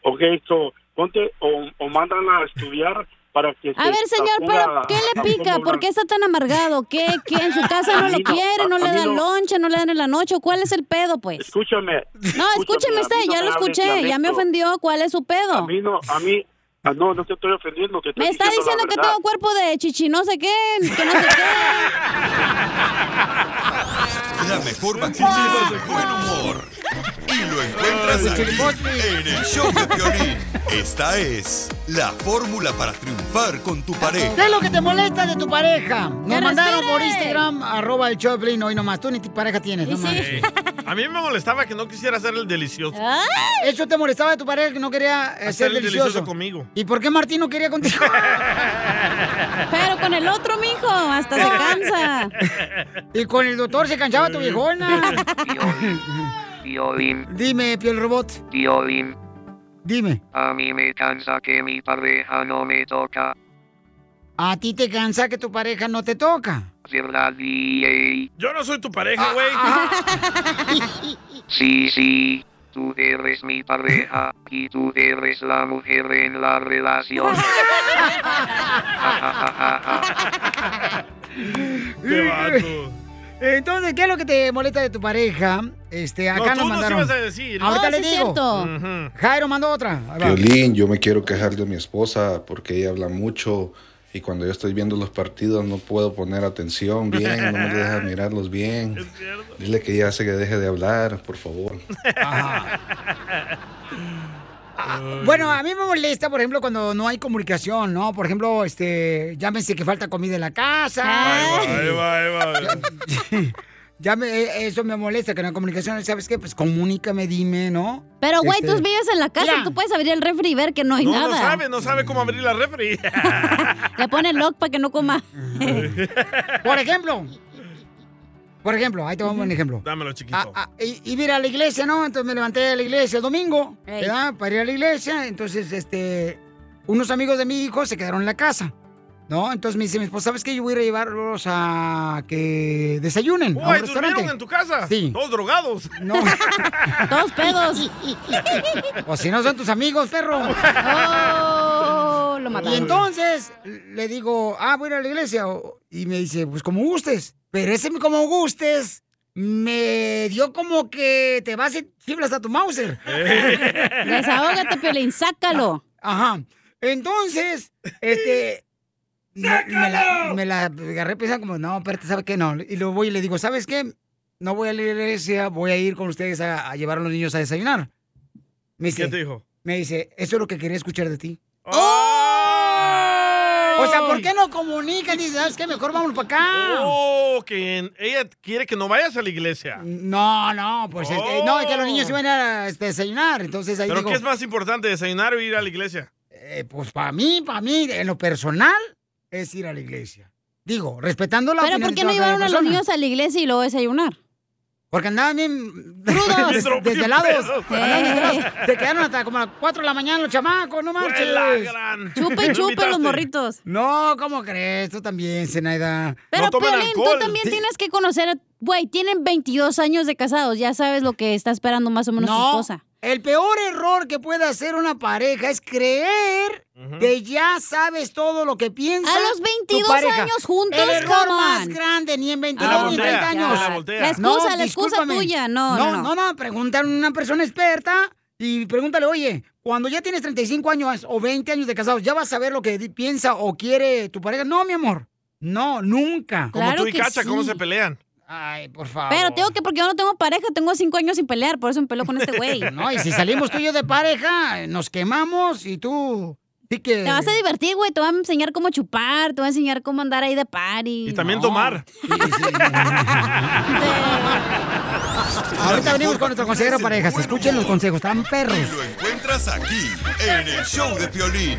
Ok, so, ponte o, o mandan a estudiar para que... A se ver, señor, tatúa pero ¿qué la le pica? forma ¿Por qué está tan amargado? ¿Qué? ¿Qué? ¿En su casa no A lo mí no, quiere? ¿No a- le a mí dan no. lonche? ¿No le dan en la noche? ¿Cuál es el pedo, blanca. pues? Escúchame. No, escúcheme a usted, mí ya no lo me hables escuché, ya me dialecto. ofendió. ¿Cuál es su A pedo? mí no, a mí... ah, no, no te estoy ofendiendo. Te estoy Me está diciendo la que verdad. tengo cuerpo de chichi, no sé qué, que no sé qué. La mejor vacuna de buen humor. Y lo encuentras aquí, en el show de Piolín. Esta es la fórmula para triunfar con tu ¿Qué es pareja. lo que te molesta de tu pareja? Nos ¡Que mandaron por respire! Instagram, arroba el Choplin, hoy nomás. Tú ni tu pareja tienes, nomás. Eh, a mí me molestaba que no quisiera hacer el delicioso. Eso te molestaba de tu pareja que no quería eh, Hacer ser el delicioso. delicioso conmigo. ¿Y por qué Martín no quería contigo? Pero con el otro, mijo, hasta se cansa. Y con el doctor se cansaba tu viejona. Piolín, Dime, piel robot. Piolín. Dime. A mí me cansa que mi pareja no me toca. ¿A ti te cansa que tu pareja no te toca? ¿Verdad, DJ? Yo no soy tu pareja, güey. Ah, Sí, sí. Tú eres mi pareja y tú eres la mujer en la relación. Qué vato. Entonces, ¿qué es lo que te molesta de tu pareja? Este, acá tú nos nos mandaron. ibas a decir. Ahorita No, le sí es digo. cierto. Jairo mandó otra. Ahí va. Violín, yo me quiero quejar de mi esposa porque ella habla mucho y cuando yo estoy viendo los partidos no puedo poner atención bien, no me deja mirarlos bien. Dile que ya se que deje de hablar, por favor. Bueno, a mí me molesta, por ejemplo, cuando no hay comunicación, ¿no? Por ejemplo, este, llámese que falta comida en la casa. Ahí va, ahí va, ahí va. Ya me- eh, eso me molesta, que no hay comunicación. ¿Sabes qué? Pues comunícame, dime, ¿no? Pero, güey, Este, tú vives en la casa, mira. tú puedes abrir el refri y ver que no hay No, nada. no sabe, no Mm. sabe cómo abrir la refri. Le pone lock para que no coma. Por ejemplo, por ejemplo, ahí te vamos un ejemplo. Dámelo, chiquito. Ah, y, y mira, a la iglesia, ¿no? Entonces me levanté a la iglesia el domingo, ¿verdad? Para ir a la iglesia. Entonces, este, unos amigos de mi hijo se quedaron en la casa, ¿no? Entonces me dice mi esposa, ¿sabes qué? Yo voy a ir a llevarlos a que desayunen. a un Uy, restaurante. ¿durmieron en tu casa? Sí. Todos drogados. No. Todos pedos. O si no son tus amigos, perro. Oh, lo Y mataron. entonces le digo, ah, voy a ir a la iglesia. o- Y me dice, pues como gustes. Pero ese me como gustes me dio como que te vas y chiflas a tu Mauser. Desahógate, Pelín, sácalo. Ajá. Entonces, este. Me, me la, me la agarré pensando como, no, espérate, ¿sabes qué? No. Y luego voy y le digo, ¿sabes qué? No voy a la iglesia, voy a ir con ustedes a, a llevar a los niños a desayunar. Me dice, ¿Qué te dijo? Me dice, eso es lo que quería escuchar de ti. ¡Oh! O sea, ¿por qué no comunican? Dice, ¿sabes qué? Mejor vámonos para acá. Oh, que en- ella quiere que no vayas a la iglesia. Mm, No, no, pues es que, no, es que los niños iban a este, desayunar. Entonces ahí Oh. ¿Pero digo, qué es más importante, desayunar o ir a la iglesia? eh, pues para mí, para mí, en lo personal, es ir a la iglesia. Digo, respetando la Pero opinión ¿por qué de no toda cada llevaron a los persona. niños a la iglesia y luego desayunar? Porque andaban bien crudos. Des- desvelados. Andaban desvelados. Se quedaron hasta como a las 4 de la mañana los chamacos, no marches. gran. Chupe y Lo chupe los invitaste. morritos. No, ¿cómo crees? Tú también, Zenaida. Pero, Piolín, tú también tienes que conocer, a- güey, tienen 22 años de casados, ya sabes lo que está esperando más o menos tu No, esposa. el peor error que puede hacer una pareja es creer que ya sabes todo lo que piensa A los 22 tu pareja. años juntos, El error come más on. grande, ni en 22 A la ni en voltea, 30 a años. la voltea. La excusa, la excusa discúlpame. tuya, no, no, No, no, no, pregúntale a una persona experta Y pregúntale, oye, cuando ya tienes 35 años o 20 años de casados, ¿ya vas a ver lo que di- piensa o quiere tu pareja? No, mi amor. No, nunca. Como tú y Cacha, ¿cómo se pelean? Ay, por favor. Pero tengo que, porque yo no tengo pareja, tengo cinco años sin pelear, por eso me peló con este güey. No, y si salimos tú y yo de pareja, nos quemamos y tú. sí que. Te vas a divertir, güey. Te voy a enseñar cómo chupar, te voy a enseñar cómo andar ahí de party. Y también tomar. Ahorita venimos con nuestro consejero parejas. Escuchen los consejos, están perros. Encuentras aquí, en el show de Piolín.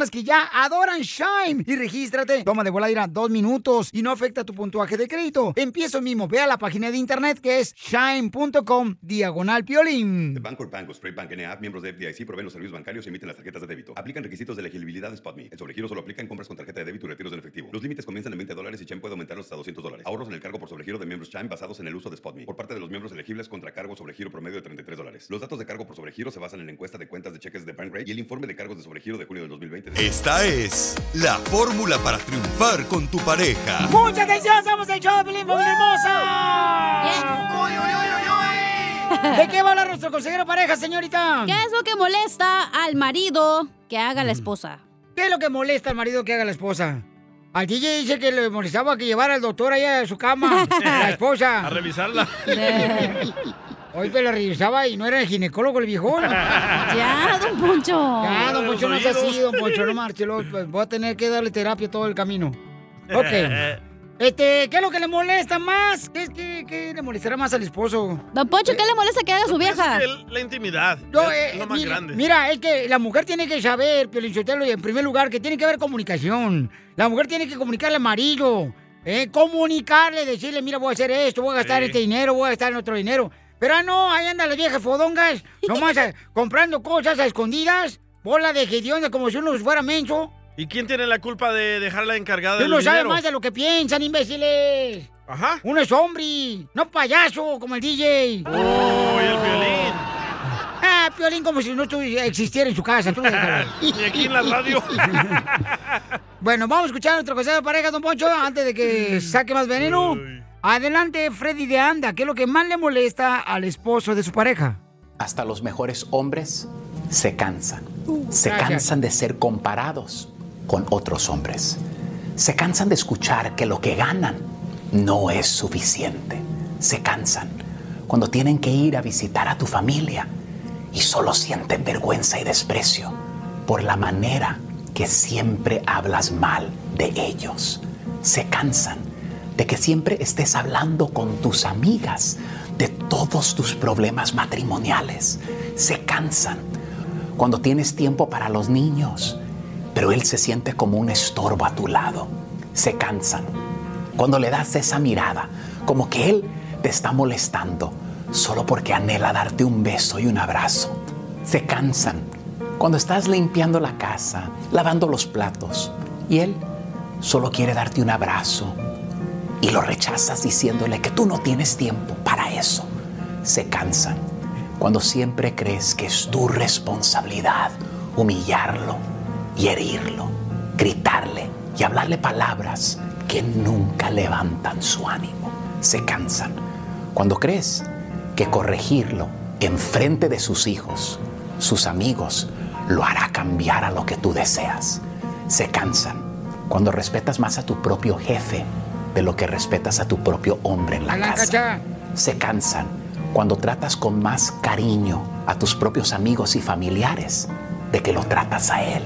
personas que ya adoran Shime. Y regístrate. Toma de voladera dos minutos y no afecta tu puntuaje de crédito. Empiezo mismo. Ve a la página de internet que es shine.com diagonal piolín. Bancorp Bank o Spray Bank NA, miembros de FDIC, proveen los servicios bancarios y emiten las tarjetas de débito. Aplican requisitos de elegibilidad de SpotMe. El sobregiro solo aplica en compras con tarjeta de débito y retiros en efectivo. Los límites comienzan en 20 dólares y Chime puede aumentarlos hasta 200 dólares. Ahorros en el cargo por sobregiro de miembros Chime basados en el uso de SpotMe por parte de los miembros elegibles contra cargo sobregiro promedio de 33 dólares. Los datos de cargo por sobregiro se basan en la encuesta de cuentas de cheques de Bankrate y el informe de cargos de sobregiro de junio del 2020. de- Esta es la fórmula para triunfar con tu pareja. ¡Mucha atención! ¡Somos el show de Piolín, familia hermosa! ¿De qué va a hablar nuestro consejero pareja, señorita? Mm. ¿Qué es lo que molesta al marido que haga la esposa? ¿Qué es lo que molesta al marido que haga la esposa? Al DJ dice que le molestaba que llevara al doctor allá a su cama, la esposa. A revisarla. Hoy te la revisaba y no era el ginecólogo el viejón. Ya, don Poncho. Ya, don Los Poncho, no es así, oídos. don Poncho, no marche. luego, pues, Voy a tener que darle terapia todo el camino. Ok. Este, ¿qué es lo que le molesta más? ¿Qué, qué, qué le molestará más al esposo? Don Poncho, ¿qué le molesta que haga su Pienso vieja? que el- la intimidad No, es eh, lo más mira, grande. mira, es que la mujer tiene que saber, Piolinsotelo, y en primer lugar, que tiene que haber comunicación. La mujer tiene que comunicarle al marido, eh, comunicarle, decirle, mira, voy a hacer esto, voy a gastar Sí. este dinero, voy a gastar en otro dinero. Pero ah, no, ahí andan las viejas fodongas, nomás ah, comprando cosas a escondidas, bola de hedionda, como si uno fuera menso. ¿Y quién tiene la culpa de dejarla encargada Tú del no sabes dinero? más de lo que piensan, imbéciles. Ajá. Uno es hombre, no payaso, como el DJ. Oh, y el violín. Ah, violín como si no estuvi- existiera en su casa. Tú Ni aquí en la radio. bueno, vamos a escuchar a nuestro consejo de pareja, don Poncho, antes de que saque más veneno. Adelante, Freddy de Anda, ¿qué es lo que más le molesta al esposo de su pareja? Hasta los mejores hombres se cansan. Se gracias. cansan de ser comparados con otros hombres. Se cansan de escuchar que lo que ganan no es suficiente. Se cansan cuando tienen que ir a visitar a tu familia y solo sienten vergüenza y desprecio por la manera que siempre hablas mal de ellos. Se cansan de que siempre estés hablando con tus amigas de todos tus problemas matrimoniales. Se cansan cuando tienes tiempo para los niños, pero él se siente como un estorbo a tu lado. Se cansan cuando le das esa mirada, como que él te está molestando, solo porque anhela darte un beso y un abrazo. Se cansan cuando estás limpiando la casa, lavando los platos, y él solo quiere darte un abrazo y lo rechazas diciéndole que tú no tienes tiempo para eso. Se cansan cuando siempre crees que es tu responsabilidad humillarlo y herirlo, gritarle y hablarle palabras que nunca levantan su ánimo. Se cansan cuando crees que corregirlo en frente de sus hijos, sus amigos, lo hará cambiar a lo que tú deseas. Se cansan cuando respetas más a tu propio jefe de lo que respetas a tu propio hombre en la casa. Se cansan cuando tratas con más cariño a tus propios amigos y familiares de que lo tratas a él.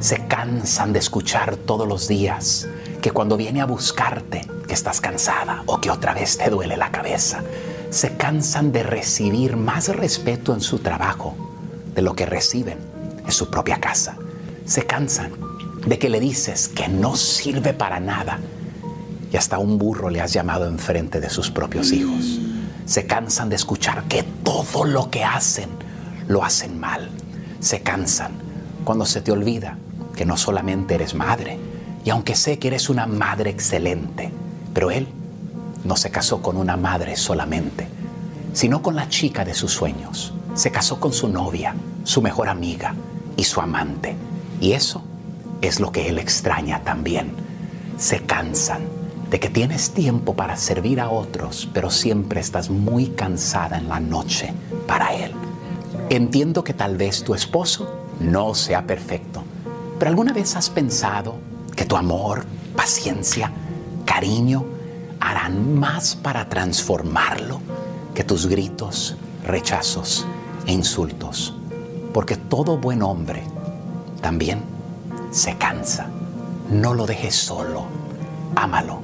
Se cansan de escuchar todos los días que cuando viene a buscarte, que estás cansada o que otra vez te duele la cabeza. Se cansan de recibir más respeto en su trabajo de lo que reciben en su propia casa. Se cansan de que le dices que no sirve para nada y hasta un burro le has llamado enfrente de sus propios hijos. Se cansan de escuchar que todo lo que hacen lo hacen mal. Se cansan cuando se te olvida que no solamente eres madre, y aunque sé que eres una madre excelente, pero él no se casó con una madre solamente, sino con la chica de sus sueños. Se casó con su novia, su mejor amiga y su amante. Y eso es lo que él extraña también. Se cansan de que tienes tiempo para servir a otros, pero siempre estás muy cansada en la noche para él. Entiendo que tal vez tu esposo no sea perfecto, pero alguna vez has pensado que tu amor, paciencia, cariño harán más para transformarlo que tus gritos, rechazos e insultos. Porque todo buen hombre también se cansa. No lo dejes solo. Ámalo.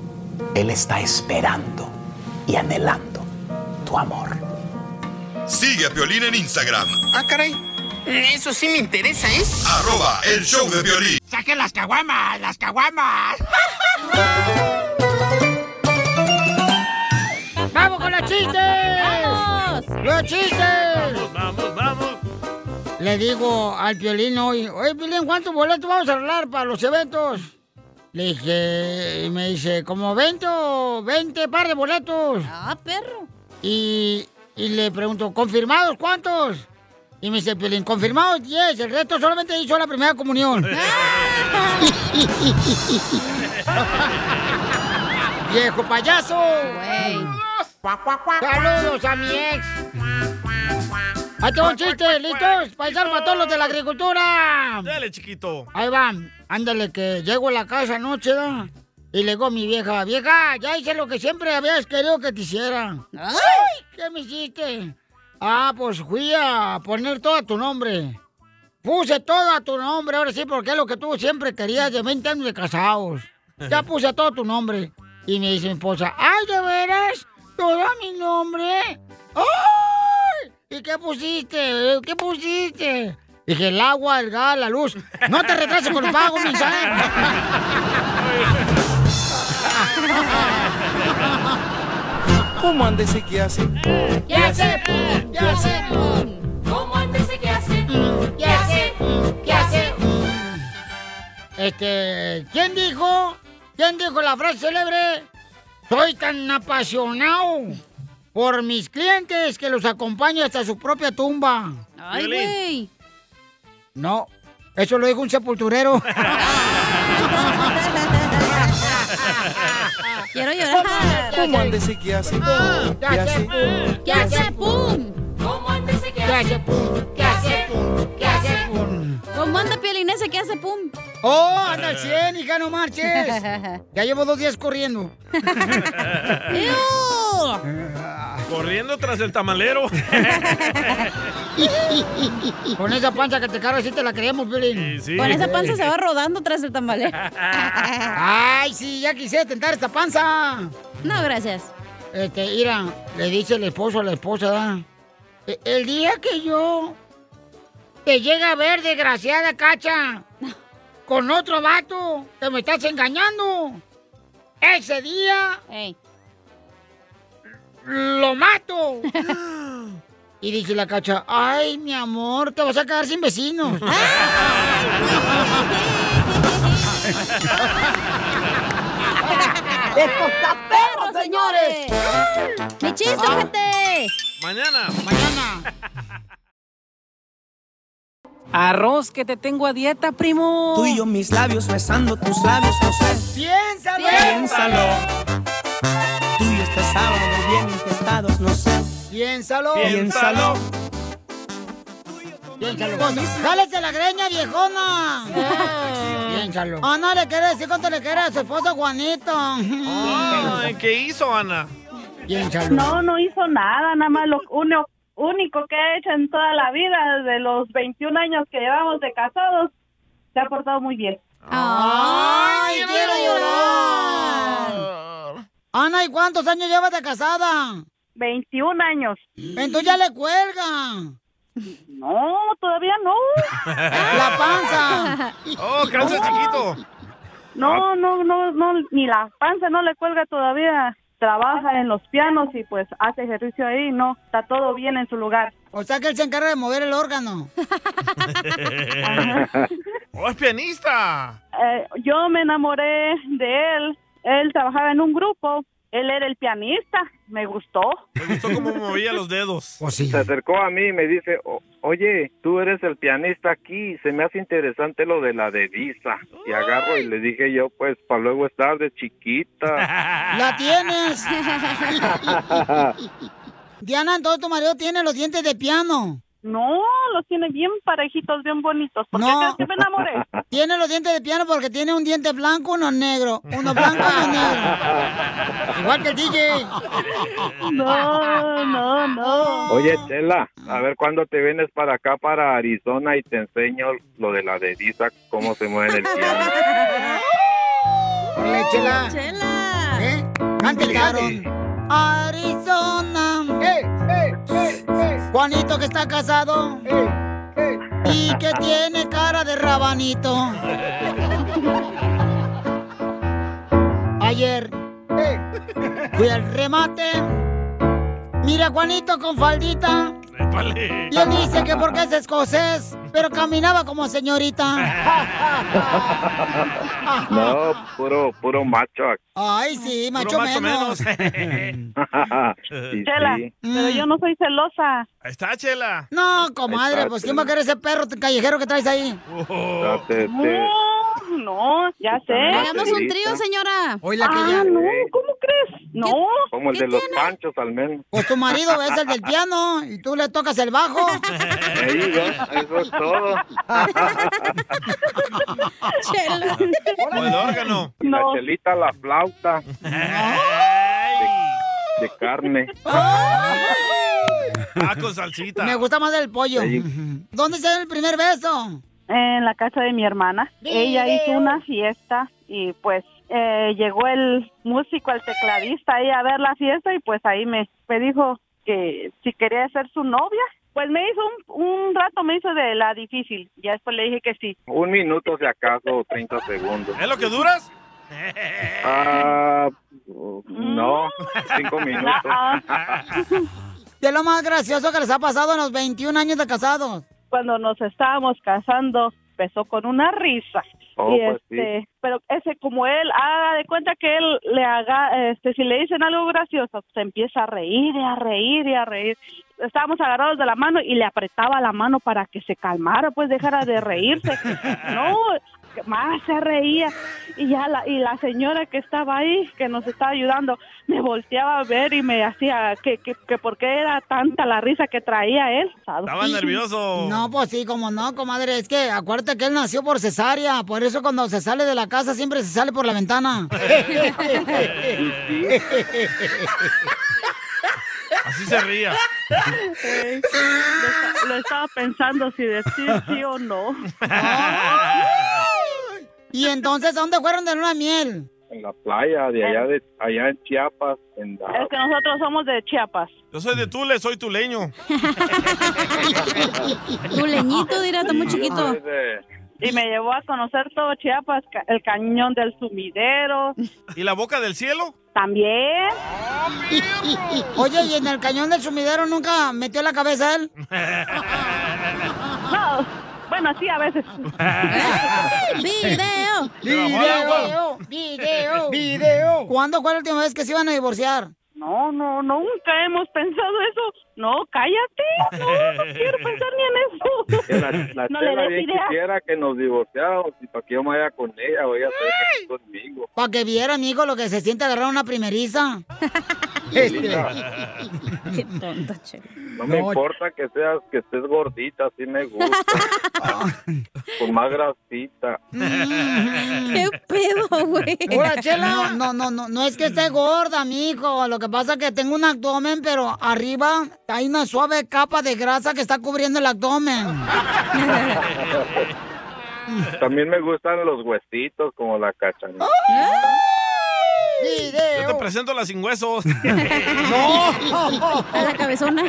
Él está esperando y anhelando tu amor. Sigue a Piolín en Instagram. Ah, caray. Eso sí me interesa, ¿eh? Arroba el show de Piolín. ¡Saque las caguamas! ¡Las caguamas! ¡Vamos con los chistes! ¡Vamos! ¡Los chistes! Vamos, vamos, vamos. Le digo al violín hoy, oye, Piolín, ¿cuántos boletos vamos a arreglar para los eventos? Le dije, y me dice, como 20, o 20 par de boletos. Ah, perro. Y, y le pregunto, ¿confirmados cuántos? Y me dice, Piolín, confirmados 10, el resto solamente hizo la primera comunión. ¡Viejo payaso! ¡Saludos a mi ex! ¡Ahí tengo un chiste! ¿Listos? ¡Paisanos para todos los de la agricultura! Dale, chiquito. Ahí van, ándale que llego a la casa anoche, ¿no? Y le digo a mi vieja, vieja, ya hice lo que siempre habías querido que te hiciera. ¡Ay! ¿Qué me hiciste? Ah, pues fui a poner todo a tu nombre. Puse todo a tu nombre, ahora sí, porque es lo que tú siempre querías de 20 años de casados. Ya puse todo tu nombre. Y me dice mi esposa, ¡ay, de veras! ¿Todo mi nombre? ¡Ay! ¿Y qué pusiste? ¿Qué pusiste? Dije, el agua, el gas, la luz. No te retrases con el pago, mi ¿Cómo anda ese que hace? ¿Qué hace? ¿Qué hace? ¿Cómo antes qué hace? ¿Qué hace? ¿Qué hace? Este, ¿quién dijo? ¿Quién dijo la frase célebre? Soy tan apasionado por mis clientes que los acompaño hasta su propia tumba. ¡Ay, güey! No, eso lo dijo un sepulturero. Quiero llorar. ¿Cómo anda ese que hace? ¿Qué hace? ¿Qué hace? ¡Pum! ¿Cómo antes qué hace? ¿Qué hace? ¿Qué hace? ¿Cómo anda Pielinese? ¿Qué hace? ¡Pum! ¡Oh, anda al 100, hija, no marches! Ya llevo dos días corriendo. ¡Ew! Corriendo tras el tamalero. Con esa panza que te cargas sí te la creemos, Piolín. Sí. Con esa panza se va rodando tras el tambalero. ¡Ay, sí! Ya quisiera tentar esta panza. No, gracias. Este, mira, le dice el esposo a la esposa, ¿da? "E- El día que yo te llegue a ver, desgraciada cacha, con otro vato que me estás engañando, ese día Ey. lo mato. Y dice la cacha, ay, mi amor, te vas a quedar sin vecinos. ¡Esto está perro, señores! ¡Mi chiste, gente! Mañana. Mañana. Arroz que te tengo a dieta, primo. Tú y yo mis labios besando tus labios, no sé, ¡Piénsalo! piénsalo. Tú y yo este sábado muy bien infestados, no sé, ¡Piénsalo! piénsalo. ¡Piénsalo! ¡Jálese la greña, viejona! ¡Piénsalo! Ah, no le quiere decir cuánto le quiere a su esposo Juanito. Ay, ¿Qué hizo, Ana? Piénsalo. No, no hizo nada, nada más lo uno- único que ha hecho en toda la vida, de los 21 años que llevamos de casados, se ha portado muy bien. ¡Ay, quiero llorar! Ana, ¿y cuántos años llevas de casada? 21 años. Entonces ya le cuelga. No, todavía no. La panza. ¡Oh, calza chiquito! No, no, no, no, ni la panza no le cuelga todavía. trabaja en los pianos y pues hace ejercicio ahí, no, está todo bien en su lugar. O sea que él se encarga de mover el órgano. ¡Oh, es pianista! Eh, yo me enamoré de él, él trabajaba en un grupo, él era el pianista, me gustó. Me gustó cómo movía los dedos. Oh, Se acercó a mí y me dice, "O- oye, tú eres el pianista aquí, se me hace interesante lo de la divisa. Y agarro y le dije yo, pues, para luego estar de chiquita. ¡La tienes! Diana, entonces tu marido tiene los dientes de piano. No, los tiene bien parejitos, bien bonitos. ¿Por qué crees que me enamoré? Tiene los dientes de piano porque tiene un diente blanco, uno negro. Uno blanco, uno negro. Igual que el DJ. No, no, no. Oye, Chela, a ver cuándo te vienes para acá, para Arizona, y te enseño lo de la divisa, cómo se mueve el piano. Hola, Chela. Chela. ¿Eh? Cante el carro. Arizona. Juanito que está casado. Y que tiene cara de rabanito. Ayer fui al remate. Mira Juanito con faldita. Y él dice que porque es escocés, pero caminaba como señorita. No, puro, puro macho. Ay, sí, macho, menos. Sí, Chela, sí. pero yo no soy celosa. Ahí está, Chela. No, comadre, Ahí está, pues ¿quién va a querer ese perro callejero que traes ahí? Oh. Ya te- te- No, no, ya sé. Hagamos un trío, señora. Hoy la la que ah, ya- no, ¿cómo crees? No. Como el de los panchos, al menos. Pues tu marido es el del piano y tú le tocas el bajo. Ahí, ya, eso es todo. Chela. O el órgano. Y No. la chelita, la flauta. De, de carne. Ah, con salsita. Me gusta más el pollo. ¿Dónde se da el primer beso? En la casa de mi hermana. Ella hizo una fiesta y pues eh, llegó el músico, el tecladista ahí a ver la fiesta y pues ahí me, me dijo que si quería ser su novia. Pues me hizo un, un rato, me hizo de la difícil. Ya después le dije que sí. Un minuto, si acaso, o 30 segundos. ¿Es lo que duras? Ah, no, Mm. cinco minutos. ¿Qué es lo más gracioso que les ha pasado en los 21 años de casados? Cuando nos estábamos casando, empezó con una risa. Oh, y pues sí. este, pero ese como él haga de cuenta que él le haga, este, si le dicen algo gracioso, se empieza a reír y a reír y a reír. Estábamos agarrados de la mano y le apretaba la mano para que se calmara, pues dejara de reírse. No, más se reía. Y ya la, y la señora que estaba ahí, que nos estaba ayudando, me volteaba a ver y me hacía que, que, que por qué era tanta la risa que traía él. Estaba nervioso. No, pues sí, como no, comadre. Es que acuérdate que él nació por cesárea. Por eso cuando se sale de la casa siempre se sale por la ventana. Así se ría. Eh, lo, esta- lo estaba pensando si decir sí o no. y entonces, ¿a dónde fueron de luna de miel? En la playa, de allá, de, allá en Chiapas. En la- Es que nosotros somos de Chiapas. Yo soy de Tule, soy tuleño. Tu leñito, dirá, está muy chiquito. Soy de- Y me llevó a conocer todo Chiapas, ca- el cañón del sumidero. ¿Y la boca del cielo? También. Oye, ¿y en el cañón del sumidero nunca metió la cabeza él? No, bueno, sí, a veces. ¡Video! Pero bajó el ¡Video! ¡Video! ¡Video! ¿Cuándo fue la última vez que se iban a divorciar? No, no, nunca hemos pensado eso. No, cállate. No, no quiero pensar ni en eso. que la, la No le Chela des bien idea. quisiera que nos divorciáramos y para que yo me vaya con ella o ella se vaya conmigo. Para que viera, amigo, lo que se siente agarrar una primeriza. Linda. Qué tonto, che. No me No. importa que seas, que estés gordita, así me gusta. Con más grasita. ¿Qué pedo, güey? Hola, Chela. No, no, no, no es que esté gorda, mijo. Lo que pasa es que tengo un abdomen, pero arriba hay una suave capa de grasa que está cubriendo el abdomen. También me gustan los huesitos como la cachanilla. Yo te presento la sin huesos. ¡No! A la cabezona.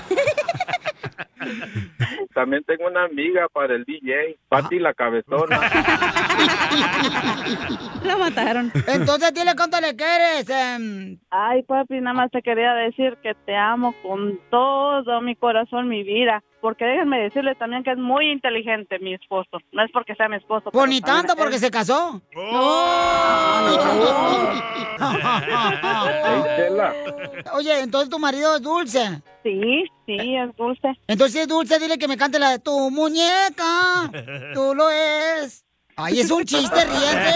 también tengo una amiga para el DJ, Patti la cabezona. Lo mataron. Entonces dile cuánto le quieres. em. Ay, papi, nada más te quería decir que te amo con todo mi corazón, mi vida. Porque déjenme decirles también que es muy inteligente mi esposo. No es porque sea mi esposo. Pues pero ni también tanto es- ¡Oh! porque se casó. Oye, entonces tu marido es dulce. Sí, sí, es dulce. Entonces si es dulce, dile que me cante la de tu muñeca. Tú lo es. Ay, es un chiste, ríete.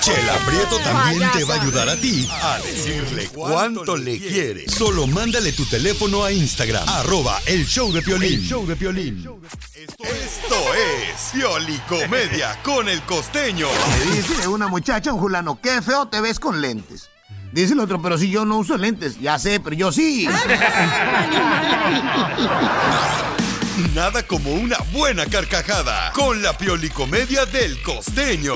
Chela Prieto también te Payasa. va a ayudar a ti a decirle cuánto le quiere. Solo mándale tu teléfono a Instagram, arroba el show de Piolín. El show de Esto es Pioli Comedia con el costeño. Le dice una muchacha, a un fulano, qué feo te ves con lentes. Dice el otro, pero si yo no uso lentes, ya sé, pero yo sí. Nada como una buena carcajada con la Pioli Comedia del costeño.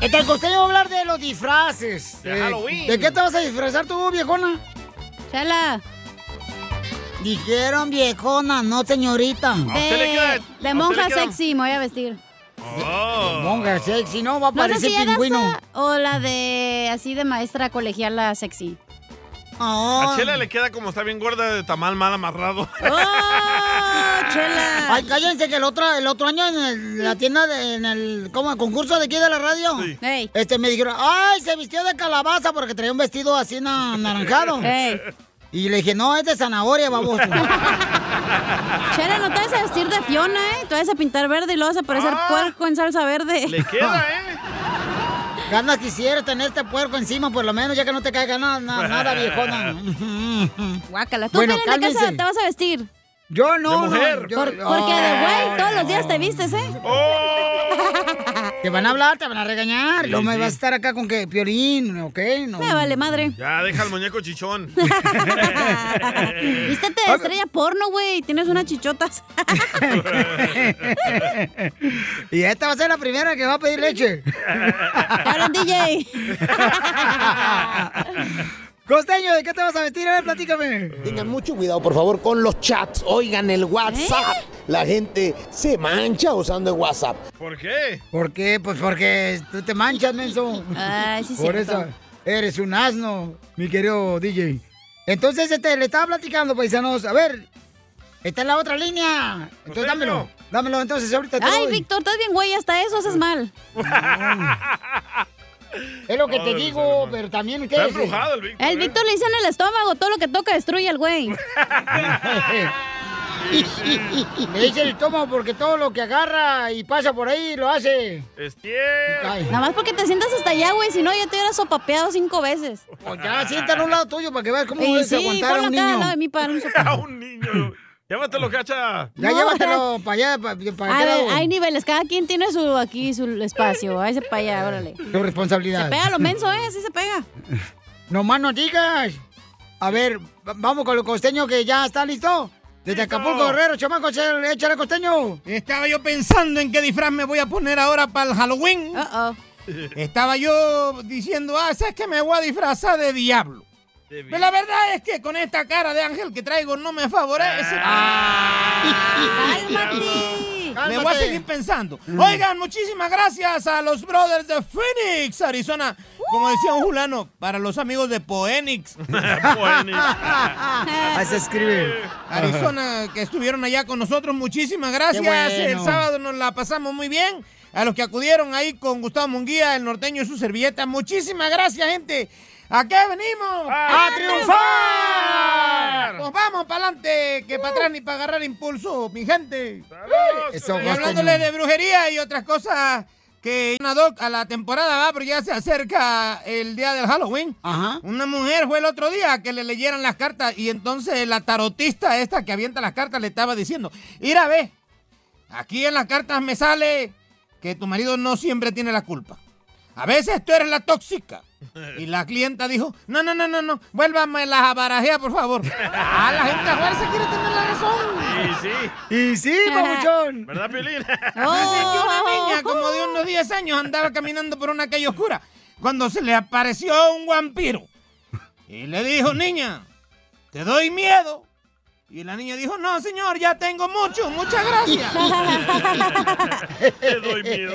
Este, el costeño va a hablar de los disfraces. De Halloween. ¿De qué te vas a disfrazar tú, viejona? Chala. Dijeron viejona, no señorita. Eh, de monja sexy me voy a vestir. Oh. Monga sexy, no, va a No sé parecer si hagas pingüino. esa o la de así de maestra colegiala sexy. Ah, A Chela le queda como está bien gorda de tamal mal amarrado. Chela. Ay, cállense que el otro, el otro año en el- la tienda, de- en el ¿cómo? concurso de aquí de la radio, este me dijeron, ay, se vistió de calabaza porque traía un vestido así na- anaranjado. Ey. Y le dije, no, es de zanahoria, baboso. Chela, no te vas a vestir de Fiona, ¿eh? Te vas a pintar verde y luego vas a parecer puerco en salsa verde. Ah. Le queda, ¿eh? Ganas quisiera tener este puerco encima, por lo menos, ya que no te caiga nada, nada, nada, viejona. Guácala. Tú Bueno, Piolín, ¿de qué cálmense. se- te vas a vestir? Yo no, no, yo- Por- porque de Oh. güey todos los días te vistes, ¿eh? Te van a hablar, te van a regañar. Sí, no me sí. vas a estar acá con que piolín, ¿ok? No. Me vale madre. Ya, deja el muñeco chichón. Vístete de estrella porno, güey. Tienes unas chichotas. y esta va a ser la primera que va a pedir leche. Hablan DJ. Costeño, ¿de qué te vas a vestir? A ver, platícame. Tengan mucho cuidado, por favor, con los chats. Oigan, el WhatsApp. La gente se mancha usando el WhatsApp. ¿Por qué? ¿Por qué? Pues porque tú te manchas, menso. Ay, sí, Por cierto. eso eres un asno, mi querido DJ. Entonces, este, le estaba platicando, paisanos. A ver, está en la otra línea. Pues Entonces, dámelo. Dámelo, entonces, ahorita te Ay, doy. Víctor, estás bien, güey. Hasta eso haces mal. Es lo que te digo, pero también ustedes... El Víctor le dicen el estómago. Todo lo que toca destruye al güey. Le dice el estómago porque todo lo que agarra y pasa por ahí lo hace. Nada más porque te sientas hasta allá, güey. Si no, ya te hubieras sopapeado cinco veces. Pues ya, siéntalo a un lado tuyo para que veas cómo Y es sí, aguantar a ponlo un acá al niño. lado de mí para un A un niño. Llévatelo, cacha. Ya llévatelo para allá, para, A ver, hay niveles. Cada quien tiene su aquí su espacio. Ahí se para allá, órale. Tu responsabilidad. Se pega lo menso, ¿eh? Así se pega. Nomás no digas. A ver, va- vamos con el costeño que ya está listo. Desde Acapulco, Guerrero, chamaco, échale échale, costeño. Estaba yo pensando en qué disfraz me voy a poner ahora para el Halloween. Estaba yo diciendo, ah, ¿sabes que me voy a disfrazar de diablo? Pero la verdad es que con esta cara de ángel que traigo no me favorece. Cálmate. Le voy a seguir pensando. Oigan, muchísimas gracias a los brothers de Phoenix, Arizona. Como decía un fulano, para los amigos de Poenix. Ahí se escribe. Arizona, que estuvieron allá con nosotros. Muchísimas gracias. Qué bueno. El sábado nos la pasamos muy bien. A los que acudieron ahí con Gustavo Munguía, el norteño y su servilleta. Muchísimas gracias, gente. ¿A qué venimos? ¡A triunfar! Pues vamos para adelante, que para atrás ni para agarrar impulso, mi gente. Eso, Y costeño. hablándole de brujería y otras cosas que una doc a la temporada va, pero ya se acerca el día del Halloween. Una mujer fue el otro día a que le leyeran las cartas y entonces la tarotista esta que avienta las cartas le estaba diciendo, ir a ver, aquí en las cartas me sale que tu marido no siempre tiene la culpa. A veces tú eres la tóxica. Y la clienta dijo, no, no, no, no, no, vuélvame las barajea, por favor. A Ah, la gente ahora se quiere tener la razón. Sí, sí. Y sí, papuchón. ¿Verdad, Piolín? Dice que una niña como de unos 10 años andaba caminando por una calle oscura cuando se le apareció un vampiro. Y le dijo, niña, te doy miedo. Y la niña dijo, no, señor, ya tengo mucho, muchas gracias. Te doy miedo.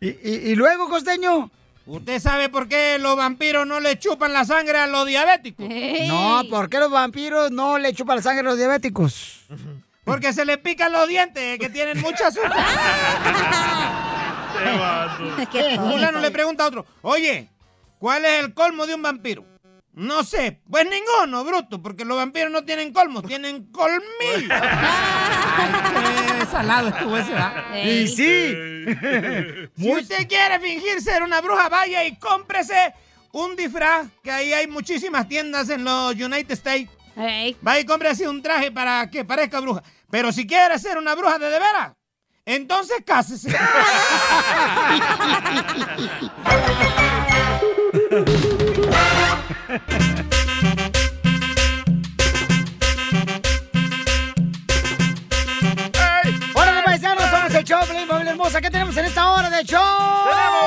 ¿Y, y- y luego, costeño? ¿Usted sabe por qué los vampiros no le chupan la sangre a los diabéticos? No, ¿por qué los vampiros no le chupan la sangre a los diabéticos? Porque se le pican los dientes, que tienen mucha azúcar. Qué tonto. Fulano le pregunta a otro, oye, ¿cuál es el colmo de un vampiro? No sé, pues ninguno, bruto, porque los vampiros no tienen colmos, tienen colmillos. Ay, qué salado estuvo ese, ¿verdad? Y sí. Si usted quiere fingir ser una bruja, vaya y cómprese un disfraz, que ahí hay muchísimas tiendas en los United States. Vaya y cómprese un traje para que parezca bruja. Pero si quiere ser una bruja de de veras, entonces cásese. ¡Órale, paisanos! Somos el show, Pelín, familia hermosa. ¿Qué tenemos en esta hora de show? ¡Tenemos!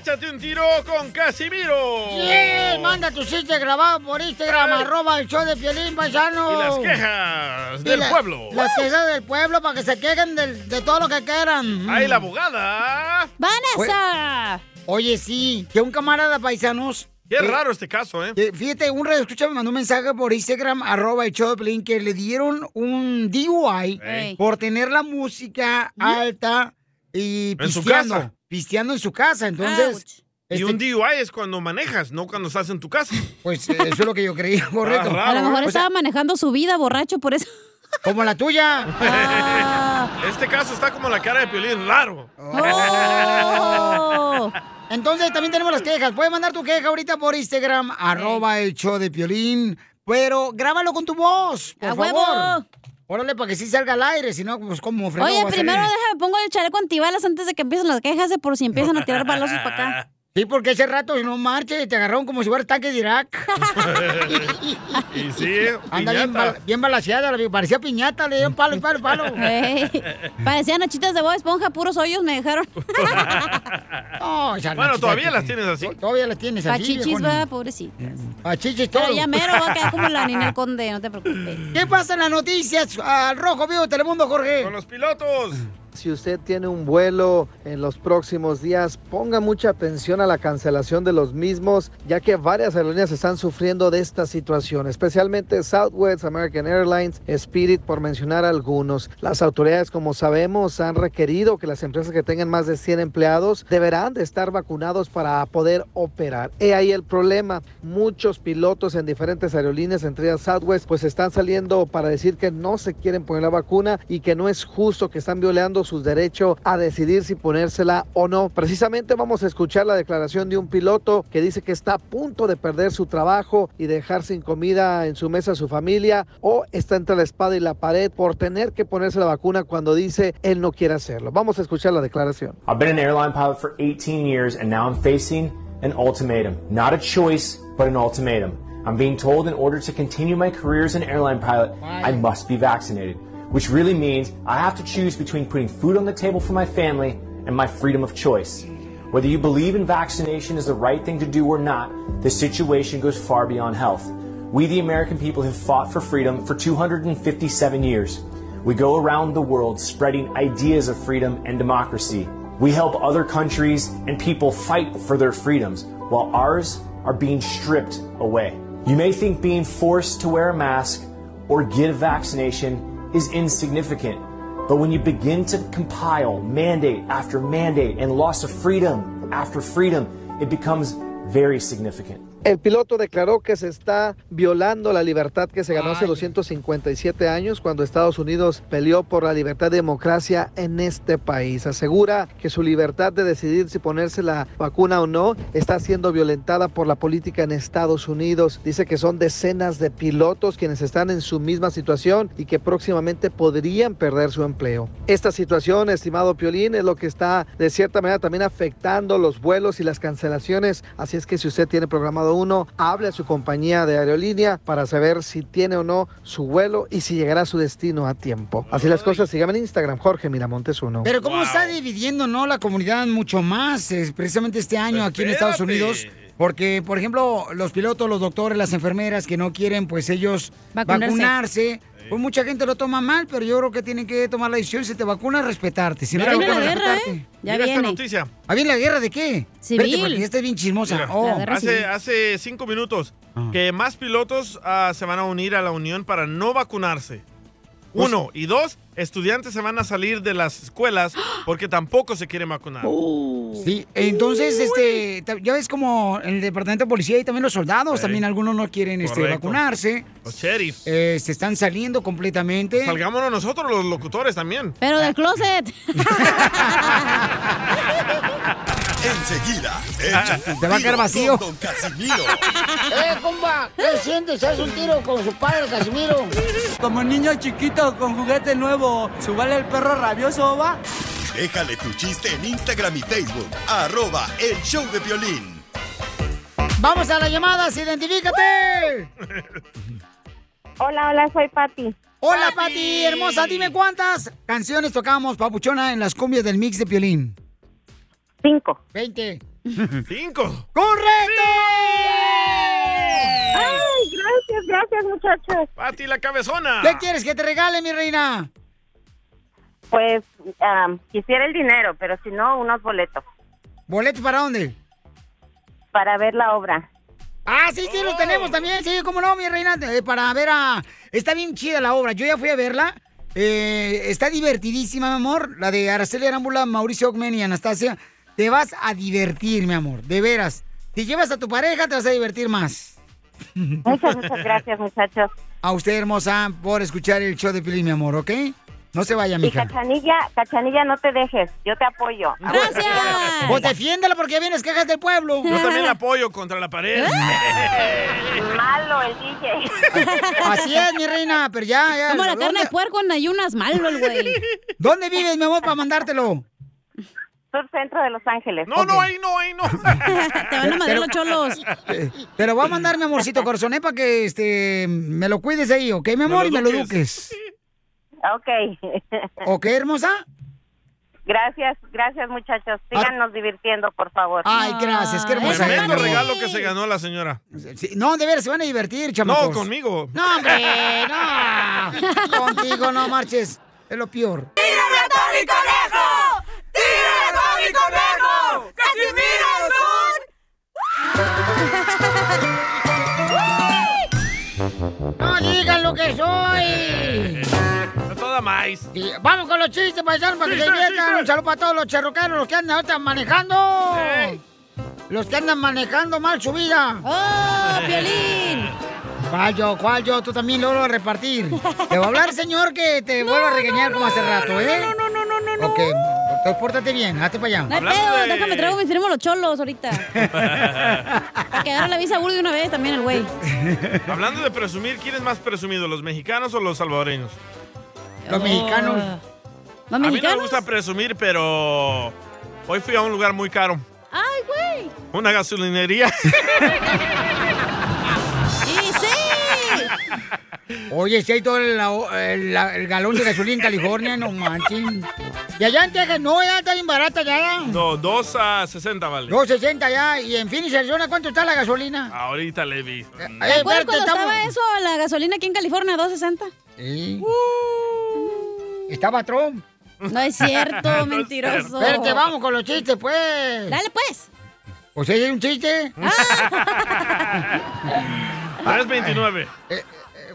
¡Échate un tiro con Casimiro! Yeah, Manda tu chiste grabado por Instagram, Ay. arroba el show de Piolín, paisano. Y las quejas del la- pueblo. Las quejas del pueblo para que se quejen del- de todo lo que quieran. ¡Ay, la abogada! ¡Vanessa! Oye, sí, que un camarada, paisanos... Qué eh, raro este caso, ¿eh? eh, Fíjate, un radio escucha me mandó un mensaje por Instagram, arroba el show de Piolín, que le dieron un DUI Ey. por tener la música alta y En su pisteando. casa. Pisteando en su casa, entonces... Y este, un DUI es cuando manejas, no cuando estás en tu casa. ¿eh? Pues eso es lo que yo creía, correcto. a lo mejor estaba manejando su vida borracho por eso. ¿eh? Como la tuya. Este caso está como la cara de Piolín, raro. ¡Oh! Entonces también tenemos las quejas. Puedes mandar tu queja ahorita por Instagram, arroba el show de Piolín. Pero grábalo con tu voz, por ¡A favor. huevo! Órale, para que sí salga al aire, si no, pues como fregado Oye, va a primero salir? déjame pongo el chaleco antibalas antes de que empiecen las quejas de por si empiezan a tirar balazos para acá. Sí, porque ese rato no marche, te agarraron como si fuera tanque de Irak. y sí, eh, Anda bien, piñata. bal- bien balaseada, la vi- parecía piñata, le dieron palo y palo y palo. Ey, parecían hachitas de Bob Esponja, puros hoyos me dejaron. No, esa Bueno, nachita todavía que- las tienes así. Todavía las tienes Pa' así. chichis, viejón. va, pobrecita. Pa' chichis todo. Pero ya mero va a quedar como la Ninel Conde, no te preocupes. ¿Qué pasa en las noticias? Al Rojo Vivo de Telemundo, Jorge. Con los pilotos. Si usted tiene un vuelo en los próximos días, ponga mucha atención a la cancelación de los mismos, ya que varias aerolíneas están sufriendo de esta situación, especialmente Southwest, American Airlines, Spirit, por mencionar algunos. Las autoridades, como sabemos, han requerido que las empresas que tengan más de 100 empleados deberán de estar vacunados para poder operar. He ahí el problema. Muchos pilotos en diferentes aerolíneas, entre ellas Southwest, pues están saliendo para decir que no se quieren poner la vacuna y que no es justo que están violando su derecho a decidir si ponérsela o no. Precisamente vamos a escuchar la declaración de un piloto que dice que está a punto de perder su trabajo y dejar sin comida en su mesa a su familia o está entre la espada y la pared por tener que ponerse la vacuna cuando dice él no quiere hacerlo. Vamos a escuchar la declaración. I've been an airline pilot for 18 years and now I'm facing an ultimatum. Not a choice, but an ultimatum. I'm being told in order to continue my career as an airline pilot, I must be vaccinated, which really means I have to choose between putting food on the table for my family and my freedom of choice. Whether you believe in vaccination is the right thing to do or not, the situation goes far beyond health. We, the American people, have fought for freedom for 257 years. We go around the world spreading ideas of freedom and democracy. We help other countries and people fight for their freedoms, while ours are being stripped away. You may think being forced to wear a mask or get a vaccination is insignificant, but when you begin to compile mandate after mandate and loss of freedom after freedom, it becomes very significant. El piloto declaró que se está violando la libertad que se ganó hace 257 años cuando Estados Unidos peleó por la libertad y democracia en este país. Asegura que su libertad de decidir si ponerse la vacuna o no está siendo violentada por la política en Estados Unidos. Dice que son decenas de pilotos quienes están en su misma situación y que próximamente podrían perder su empleo. Esta situación, estimado Piolín, es lo que está de cierta manera también afectando los vuelos y las cancelaciones. Así es que si usted tiene programado uno, hable a su compañía de aerolínea para saber si tiene o no su vuelo y si llegará a su destino a tiempo. Así las cosas, síganme en Instagram, Jorge Miramontes uno. Pero cómo está dividiendo, ¿no? La comunidad mucho más, es, precisamente este año aquí en Estados Espérate. Unidos. Porque, por ejemplo, los pilotos, los doctores, las enfermeras que no quieren, pues ellos Vacunarse. vacunarse, pues mucha gente lo toma mal, pero yo creo que tienen que tomar la decisión si te vacunas, respetarte. Si no Ya te viene la vacunas, guerra, respetarte. ¿eh? Ya Mira esta viene. noticia. ¿Ah, viene la guerra de qué? Civil. Espérate, porque esta es bien chismosa. Mira, Oh. Ah. hace, hace cinco minutos que más pilotos ah, se van a unir a la unión para no vacunarse. Pues Uno. Y dos, estudiantes se van a salir de las escuelas porque tampoco se quieren vacunar. Sí, entonces, este, ta- ya ves como en el departamento de policía y también los soldados, también algunos no quieren este, Correcto. vacunarse. Los sheriffs. Pues Eh, se están saliendo completamente. Salgámonos nosotros, los locutores también. Pero del closet. Enseguida, échate un Ah, Te va tiro a quedar vacío. con Don Casimiro. ¡Eh, compa! ¿Qué sientes? ¿Haz un tiro con su padre, Casimiro? Como niño chiquito con juguete nuevo, subale el perro rabioso, va. Déjale tu chiste en Instagram y Facebook. Arroba El Show de Violín. ¡Vamos a las llamadas! ¡Identifícate! Hola, hola, soy Pati. Hola, Pati, hermosa. Dime cuántas canciones tocamos, papuchona, en las cumbias del mix de Piolín. Cinco. Veinte. Cinco. ¡Correcto! ¡Ay, gracias, gracias, muchachos. Pati la cabezona. ¿Qué quieres que te regale, mi reina? Pues am, quisiera el dinero, pero si no, unos boletos ¿Boletos para dónde? para ver la obra. Oh. Ah, sí, sí, los tenemos también, sí, cómo no, mi reina, eh, para ver a... Está bien chida la obra, yo ya fui a verla, eh, está divertidísima, mi amor, la de Araceli Arámbula, Mauricio Ogmen y Anastasia, te vas a divertir, mi amor, de veras. Si llevas a tu pareja, te vas a divertir más. Muchas, muchas gracias, muchachos. A usted, hermosa, por escuchar el show de Pilín, mi amor, ¿ok? No se vaya, Y mija. Cachanilla, Cachanilla, no te dejes, yo te apoyo. Pues defiéndela porque ya vienes quejas del pueblo. Yo también la apoyo contra la pared. Malo el DJ. Así es, mi reina, pero ya, ya. Como la carne de puerco en ayunas, malo el güey. ¿Dónde vives, mi amor, para mandártelo? Sur centro de Los Ángeles. No, no, ahí no, ahí no. Te van a mandar Pero- los cholos. Eh, Te lo voy a mandar, mi amorcito corazón, eh, para que este, me lo cuides ahí, ¿ok, mi amor? Me lo y me lo eduques. eduques. Ok. ¿Ok, hermosa? Gracias, gracias, muchachos. Síganos divirtiendo, por favor. Ah. Ay, gracias, qué hermosa. Tremendo eres. regalo que se ganó la señora. Sí, No, de ver, se van a divertir, chamacos. No, conmigo. No, hombre, no. Contigo no marches. Es lo peor. ¡Tírame a Tony Conejo! ¡Tírame a Tony Conejo! ¡Casimiro es un... ¡No digan lo que soy! A toda maíz. Vamos con los chistes, paisanos, para que se Chistes, diviertan. chistes. Un saludo para todos los charroqueros, los que andan ahorita manejando. Los que andan manejando mal su vida. ¡Oh, Piolín! ¿Cuál yo? ¿Cuál yo? Tú también lo vas a repartir. Te voy a hablar, señor, que te vuelvo a regañar como hace rato, ¿eh? No, no, no, no, no, Ok, entonces pórtate bien, hazte para allá. No hay pedo, déjame traigo mis firmos los cholos ahorita. Para que agarre la visa burda de una vez también el güey. Hablando de presumir, ¿quién es más presumido, los mexicanos o los salvadoreños? Los mexicanos. Oh. ¿Los A mí no me mexicanos? gusta presumir, pero hoy fui a un lugar muy caro. ¡Ay, güey! Una gasolinería. ¡Y sí! Oye, si hay todo el, el- el galón de gasolina en California, no manchen. Y allá en Texas, no, ya está bien barata ya. No, 2 a 60 vale. 2.60 ya. Y en Phoenix, Arizona, ¿cuánto está la gasolina? Ahorita le Mm. vi. ¿Te Eh, acuerdas Bert, cuando estamos- estaba eso, la gasolina aquí en California, Uh. 260? Estaba Trump. No es cierto, No es mentiroso. Pero te vamos con los chistes, pues. Dale, Ah, pues. O sea, hay un chiste. 329. Eh,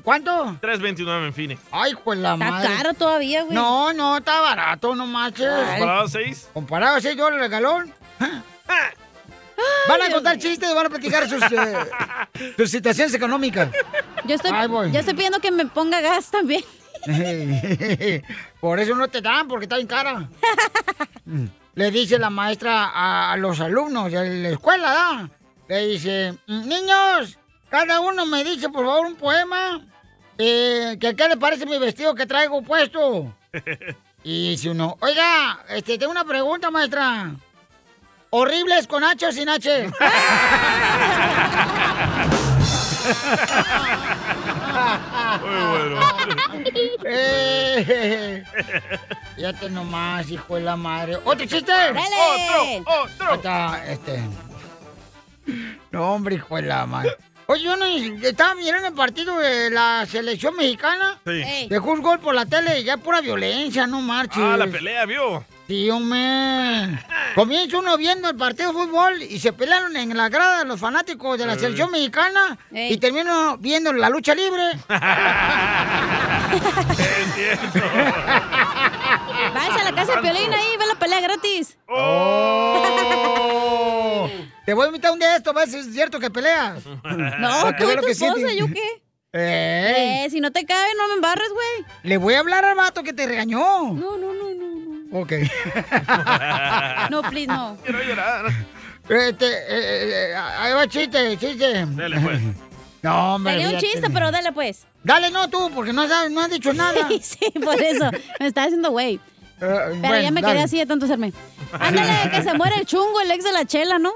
¿Cuánto? 329 en Phoenix. Ay, pues la Está madre. caro todavía, güey. No, no, está barato, no manches. Ah, ¿Comparado a 6? Comparado a 6 dólares el galón. Van a contar chistes, van a platicar sus, eh, sus situaciones económicas. Yo estoy, yo estoy pidiendo que me ponga gas también. Por eso no te dan, porque está bien cara. Le dice la maestra a, a los alumnos de la escuela, ¿da? Le dice, niños, cada uno me dice, por favor, un poema. eh, que qué le parece mi vestido que traigo puesto. Y dice uno, oiga, este, tengo una pregunta, maestra. ¿Horribles con H o sin H? Eh, Fíjate nomás, hijo de la madre. ¡Otro chiste! Dale. ¡Otro! ¡Otro! este. No, hombre, hijo de la madre. Oye, yo no estaba mirando el partido de la selección mexicana. Sí. Dejó un gol por la tele y ya pura violencia, no marches. Ah, la pelea, vio. Sí, hombre. Comienza uno viendo el partido de fútbol y se pelearon en la grada los fanáticos de la Sí. selección mexicana y termino viendo la lucha libre. es cierto. Vas a la casa de Piolín ahí, ve la pelea gratis. Oh. Te voy a invitar un día a esto, ¿ves? Es cierto que peleas. No, tú y tu esposa, ¿yo qué? Ey. Eh, si no te cabe, no me embarres, güey. Le voy a hablar al vato que te regañó. No, no, no, no. Ok. No, please, no. Quiero llorar. Este, eh, eh, ahí va chiste, chiste. Dale, pues. No, hombre. Sería un fíjate. chiste, pero dale pues. Dale, no tú, porque no has, no has dicho nada. sí, por eso. Me está haciendo Eh, güey. Pero ya me quedé así de tanto serme. Ándale, que se muere el chungo, el ex de la chela, ¿no?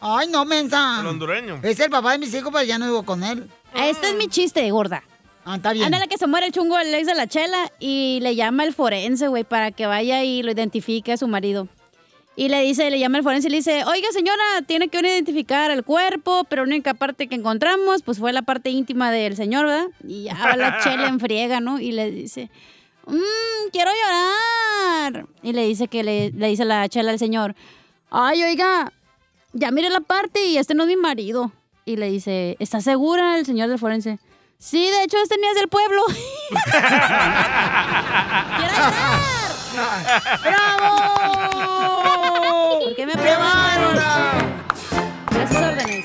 Ay, no, mensa. Eh, El hondureño. Es el papá de mis hijos, pero ya no vivo con él. Este es mi chiste, gorda. Ah, está bien. Ándale que se muere el chungo el ex de la chela y le llama el forense, güey, para que vaya y lo identifique a su marido. Y le dice, le llama el forense y le dice, oiga señora, tiene que venir a identificar el cuerpo, pero la única parte que encontramos, pues fue la parte íntima del señor, ¿verdad? Y ya va la chela en friega, ¿no? Y le dice, mmm, quiero llorar. Y le dice que le, le dice la chela al señor, ay, oiga, ya mire la parte y este no es mi marido. Y le dice, ¿está segura el señor del forense? Sí, de hecho, este ni es del pueblo. ¡Bravo! ¿Por qué me ¡Qué bárbara! Gracias, órdenes.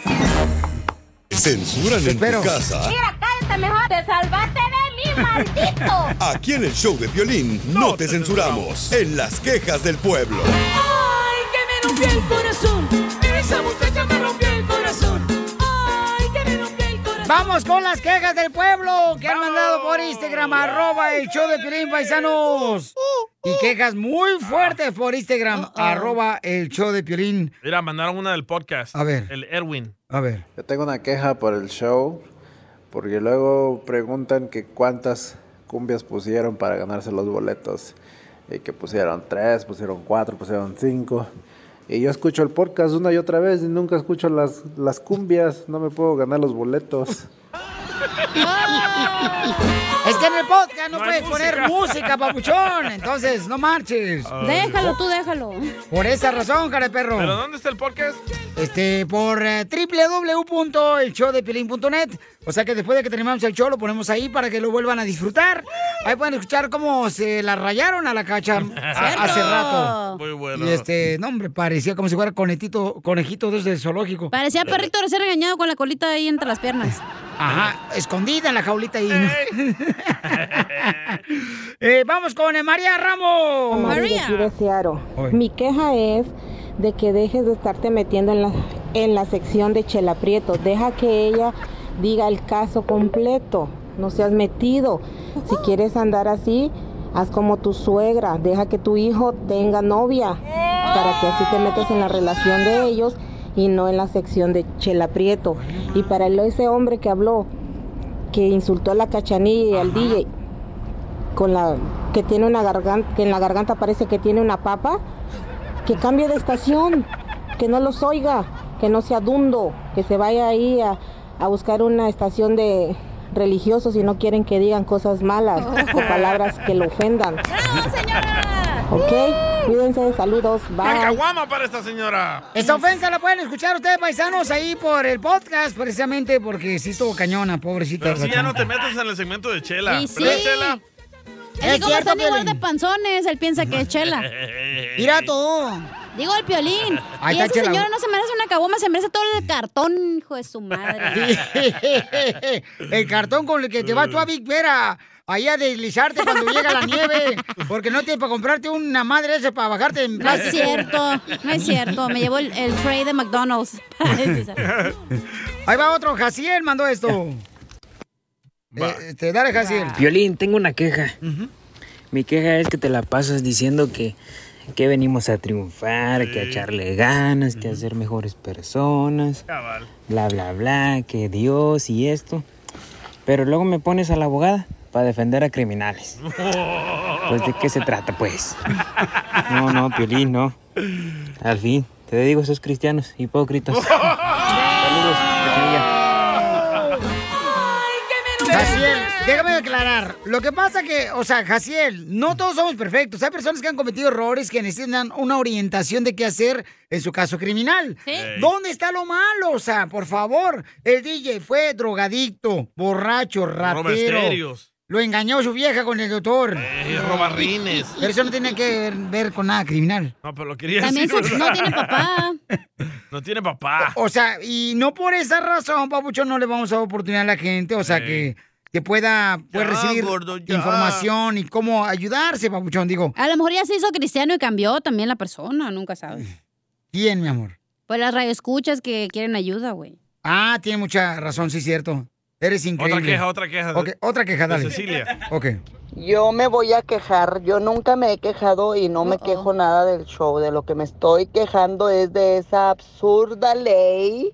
Censuran en tu casa. cállate mejor. Te salvaste de mí, maldito. Aquí en el show de violín no, te censuramos. En las quejas del pueblo. Ay, que me rompió el corazón. Esa muchacha me rompió el corazón. Ay, que me rompió el corazón. Vamos con las quejas del pueblo que han mandado por Instagram, arroba el show de Piolín Paisanos. Y quejas muy fuertes por Uh, Instagram, arroba Ah, el show de Piolín. Mira, mandaron una del podcast. A ver. El Erwin. A ver. Yo tengo una queja por el show, porque luego preguntan que cuántas cumbias pusieron para ganarse los boletos. Y que pusieron tres, pusieron cuatro, pusieron cinco. Y yo escucho el podcast una y otra vez y nunca escucho las, las cumbias. No me puedo ganar los boletos. Es que en el podcast no, No hay puedes poner música, papuchón. Entonces, no marches. Déjalo, tú déjalo. Por esa razón, cara de perro. ¿Pero dónde está el podcast? Este, por eh, www.elshowdepilín.net. O sea que después de que terminamos el show, lo ponemos ahí para que lo vuelvan a disfrutar. Ahí pueden escuchar cómo se la rayaron a la cacha a- hace rato. Muy bueno. Y este, no, hombre, parecía como si fuera conejito, conejito desde el zoológico. Parecía Eh. perrito recién regañado con la colita ahí entre las piernas. Ajá, escondida en la jaulita ahí. ¿no? Eh, vamos con eh, María Ramos. Marido aquí de Seattle. Mi queja es de que dejes de estarte metiendo en la, en la sección de Chela Prieto. Deja que ella diga el caso completo. No seas metido. Si quieres andar así, haz como tu suegra. Deja que tu hijo tenga novia para que así te metas en la relación de ellos y no en la sección de Chela Prieto. Y para el- ese hombre que habló, que insultó a la cachanilla y al DJ, con la que tiene una garganta, que en la garganta parece que tiene una papa, que cambie de estación, que no los oiga, que no sea dundo, que se vaya ahí a, a buscar una estación de religiosos si no quieren que digan cosas malas o palabras que lo ofendan. Ok, cuídense, saludos, ¡La bye. caguama para esta señora! Esa ofensa la pueden escuchar ustedes, paisanos, ahí por el podcast, precisamente porque sí estuvo cañona, pobrecita. Pero si ya gacha. no te metes en el segmento de Chela. Y ¿Verdad, sí. Chela? El Es como cierto, están igual Piolín. de panzones, él piensa que es chela. Mira tú. Digo el piolín. Ahí y está esa Chela. señora no se merece una caboma, se merece todo el cartón, hijo de su madre. el cartón con el que te vas tú a Big Vera. Ahí a deslizarte cuando llega la nieve. Porque no tienes para comprarte una madre esa para bajarte. en No es plástico. cierto, no es cierto. Me llevo el, el tray de McDonald's. Ahí va otro. Jaciel mandó esto. Eh, este, dale, Jaciel. Violín, tengo una queja. Mi queja es que te la pasas diciendo que, que venimos a triunfar, que a echarle ganas, que a ser mejores personas, Cabal. bla, bla, bla, que Dios y esto. Pero luego me pones a la abogada para defender a criminales. Pues de qué se trata, pues. No, no, Piolín, no. Al fin, te digo, esos cristianos hipócritas. Jaciel, déjame aclarar. Lo que pasa que, o sea, Jaciel, no todos somos perfectos. Hay personas que han cometido errores que necesitan una orientación de qué hacer en su caso criminal. Sí. ¿Dónde está lo malo? O sea, por favor. El DJ fue drogadicto, borracho, ratero. estéreos. Lo engañó su vieja con el doctor. Eh, robarrines. Pero eso no tiene que ver, ver con nada criminal. No, pero lo quería También decir. su- no ¿verdad? tiene papá. No tiene papá. O sea, y no por esa razón, papucho, no le vamos a dar oportunidad a la gente, o sea, que, que pueda pues, Ya, recibir gordo, ya. información y cómo ayudarse, papuchón. Digo, A lo mejor ya se hizo cristiano y cambió también la persona, nunca sabes. ¿quién, mi amor? Pues las radioescuchas que quieren ayuda, güey. Ah, tiene mucha razón, sí, cierto. Eres increíble. Otra queja, otra queja. de- Ok, otra queja, de dale. Cecilia. Ok. Yo me voy a quejar, yo nunca me he quejado y no me quejo nada del show, de lo que me estoy quejando es de esa absurda ley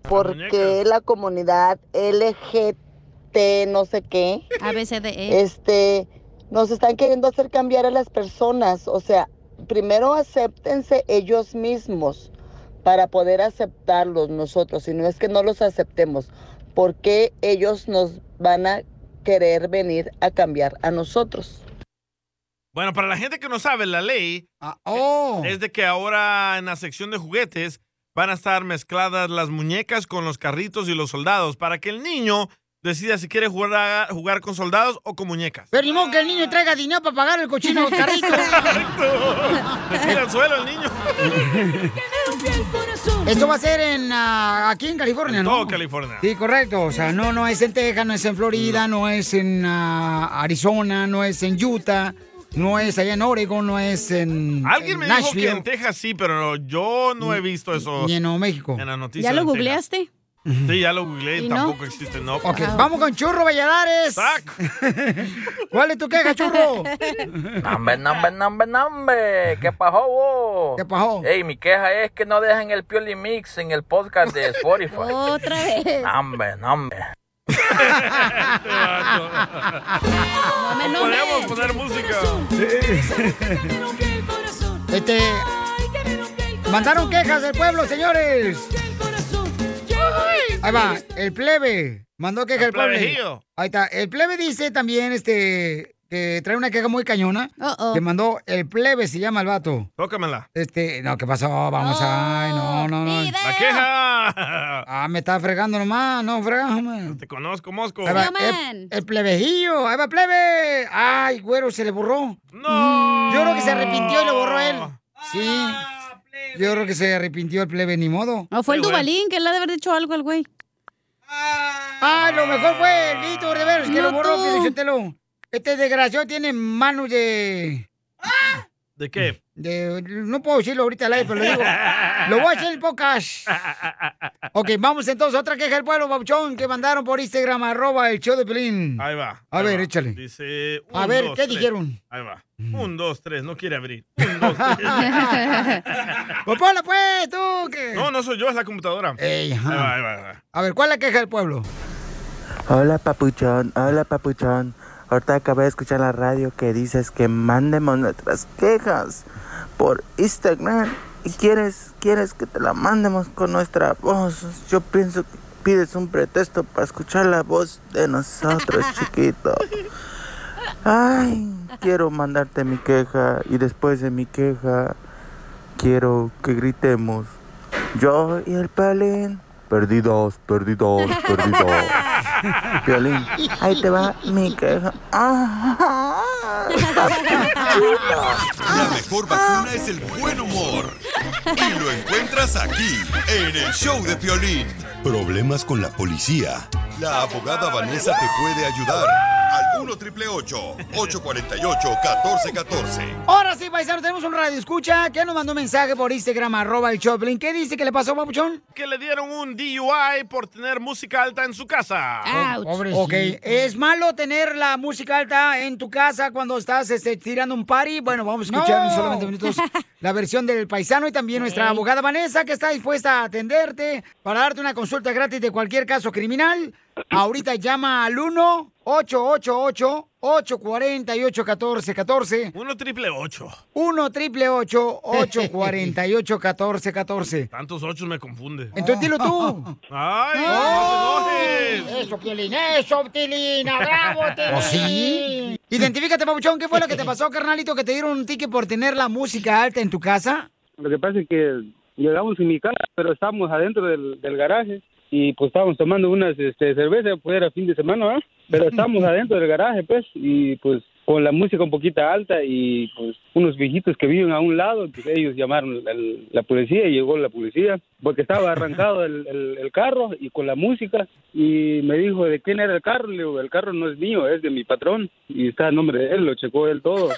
porque la comunidad LGT no sé qué, Ah, ABCDE. este, nos están queriendo hacer cambiar a las personas, o sea, primero acéptense ellos mismos para poder aceptarlos nosotros, y no es que no los aceptemos, porque ellos nos van a querer venir a cambiar a nosotros. Bueno, para la gente que no sabe, la ley Ah, oh. es de que ahora en la sección de juguetes van a estar mezcladas las muñecas con los carritos y los soldados para que el niño decida si quiere jugar, a- jugar con soldados o con muñecas. Pero ni modo que el niño traiga dinero para pagar el cochino carrito. Le tira al suelo el niño. Esto va a ser en ah, aquí en California, ¿no? Todo California. Sí, correcto. O sea, no, no es en Texas, no es en Florida, no, es en ah, Arizona, no es en Utah, no es allá en Oregon, no es en, Alguien en me dijo que Nashville, en Texas sí, pero yo no he visto eso ni en Nuevo México. en la noticia. ¿Ya lo de Texas. googleaste? Sí, ya lo googleé, ¿Y no? Ah, tampoco existe, no. Ok, vamos con Churro Valladares. ¿Cuál es tu queja, Churro? Nombre, nombre, nombre, nombre. ¿Qué pasó, vos? ¿Qué pasó? Ey, mi queja es que no dejan el Pioli Mix en el podcast de Spotify. Otra vez. Nombre, nombre. Podemos poner música. Este, mandaron quejas del pueblo, señores. Ahí va, el plebe. Mandó queja El el, plebe. plebejillo. Ahí está. El plebe dice también, este, que trae una queja muy cañona. Uh-oh. Que mandó el plebe, se llama el vato. Tócamela. Este, no, ¿qué pasó? Vamos, ay, no, no, no. ¡La queja! Ah, me está fregando nomás, no fregamos. Te conozco, Mosco. Ahí va, el, el plebejillo, ahí va, plebe. Ay, güero, se le borró. No. Ah, Yo creo que se arrepintió y lo borró él. Sí. Yo creo que se arrepintió el plebe, ni modo. No, fue el Dubalín que le ha de haber dicho algo al güey. Ah, lo mejor fue el Víctor de Veros, que No lo borró, tú. Pielichotelo. Este desgraciado tiene manos de, ¿De qué? de- No puedo decirlo ahorita al aire, pero lo digo. lo voy a hacer en pocas. Ok, vamos entonces. Otra queja del pueblo, Babuchón, que mandaron por Instagram, arroba el show de Pelín. Ahí va. A ahí ver, va. échale. Dice. A un, ver, dos, ¿qué tres. dijeron? Mm. Ahí va. Un, dos, tres. No quiere abrir. Un, dos, tres. Pues ponla, pues, tú. Que... no, no soy yo, es la computadora. ajá. Ahí va, ahí va, ahí va. A ver, ¿cuál es la queja del pueblo? Hola papuchón, hola papuchón. Ahorita acabé de escuchar en la radio que dices que mandemos nuestras quejas por Instagram y quieres, quieres que te la mandemos con nuestra voz. Yo pienso que pides un pretexto para escuchar la voz de nosotros, chiquito. Ay, quiero mandarte mi queja y después de mi queja quiero que gritemos. Yo y el palín. Perdidos, perdidos, perdidos. Violín, ahí te va Ah, mi queja. Ajá. La mejor vacuna es el buen humor. Y lo encuentras aquí, en el show de Piolín. Problemas con la policía. La abogada Vanessa te puede ayudar. Al 1 triple 848 1414. Ahora sí, paisanos, tenemos un radio escucha que nos mandó un mensaje por Instagram, arroba el Choplin. ¿Qué dice que le pasó, papuchón? Que le dieron un DUI por tener música alta en su casa. Pues Ok, ¿es malo tener la música alta en tu casa cuando estás este, tirando un party? Bueno, vamos a escuchar No. en solamente minutos la versión del paisano y también nuestra abogada Vanessa que está dispuesta a atenderte para darte una consulta gratis de cualquier caso criminal. Ahorita llama al 1 888 1-888-848-1414. 1 triple 8. 1 triple 848 1414 Tantos ocho me confunde. Ah. Entonces dilo tú. ¡Ay! ¡Oh! no te enojes! Eso, Piolín, eso, Tilina, bravo, Tilina. ¿O sí? Identifícate, Pabuchón, ¿qué fue lo que te pasó, carnalito, que te dieron un ticket por tener la música alta en tu casa? Lo que pasa es que llegamos en mi casa, pero estábamos adentro del, del garaje y pues estábamos tomando unas este, cervezas, pues era fin de semana, ¿verdad? Pero estábamos adentro del garaje, pues, y pues con la música un poquito alta y pues unos viejitos que viven a un lado, pues ellos llamaron la, la policía y llegó la policía porque estaba arrancado el, el- el carro y con la música y me dijo de quién era el carro, le digo, el carro no es mío, es de mi patrón y está a nombre de él, lo checó él todo.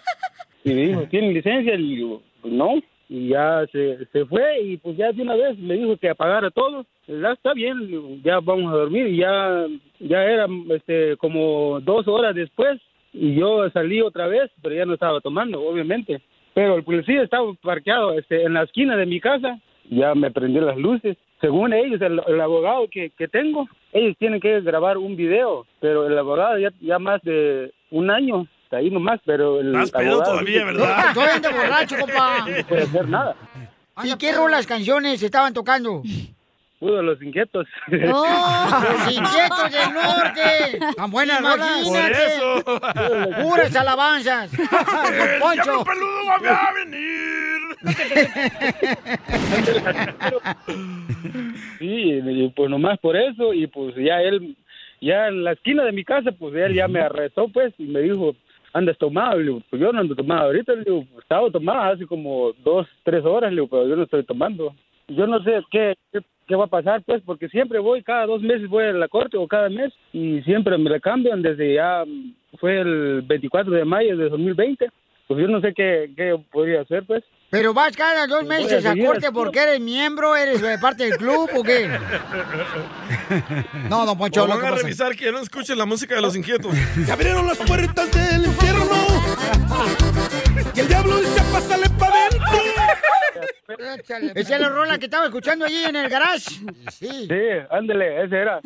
Y me dijo, ¿tienen licencia? Y le digo, pues no. Y ya se, se fue y pues ya de una vez me dijo que apagara todo. Ya está bien, le digo, ya vamos a dormir. Y ya, ya era este, como dos horas después y yo salí otra vez, pero ya no estaba tomando, obviamente. Pero el policía estaba parqueado este, en la esquina de mi casa. Ya me prendió las luces. Según ellos, el, el abogado que, que tengo, ellos tienen que grabar un video, pero el abogado ya, ya más de un año está ahí nomás, pero el Estás pedo abogado todavía, dice- ¿verdad? Todavía anda borracho, compa. no puede hacer nada. ¿Y qué pues. rolas canciones estaban tocando? Pudo los inquietos. ¡Los inquietos del norte! ¡Tan buenas rolas! ¡Puras alabanzas! ¡Don ¡Poncho! a Sí, y pues nomás por eso, y pues ya él, ya en la esquina de mi casa, pues él ya me arrestó, pues, y me dijo, andas tomado, le digo, pues yo no ando tomado ahorita, le digo, "Pues, estaba tomado hace como dos, tres horas, le digo, pero yo no estoy tomando. Yo no sé qué, qué, qué va a pasar, pues, porque siempre voy, cada dos meses voy a la corte o cada mes, y siempre me la cambian desde ya, mm, fue el 24 de mayo de 2020, pues yo no sé qué, qué podría hacer, pues. Pero vas cada dos meses a seguir corte así. porque eres miembro, eres eh, parte del club o qué? No, don Poncho, Poncho, lo van que a pasa- revisar que no escuchen la música de los inquietos. Se abrieron las puertas del infierno y el diablo dice pásale pa' dentro. Esa es la rola que estaba escuchando allí en el garage. Sí. Sí, ándele, ese era.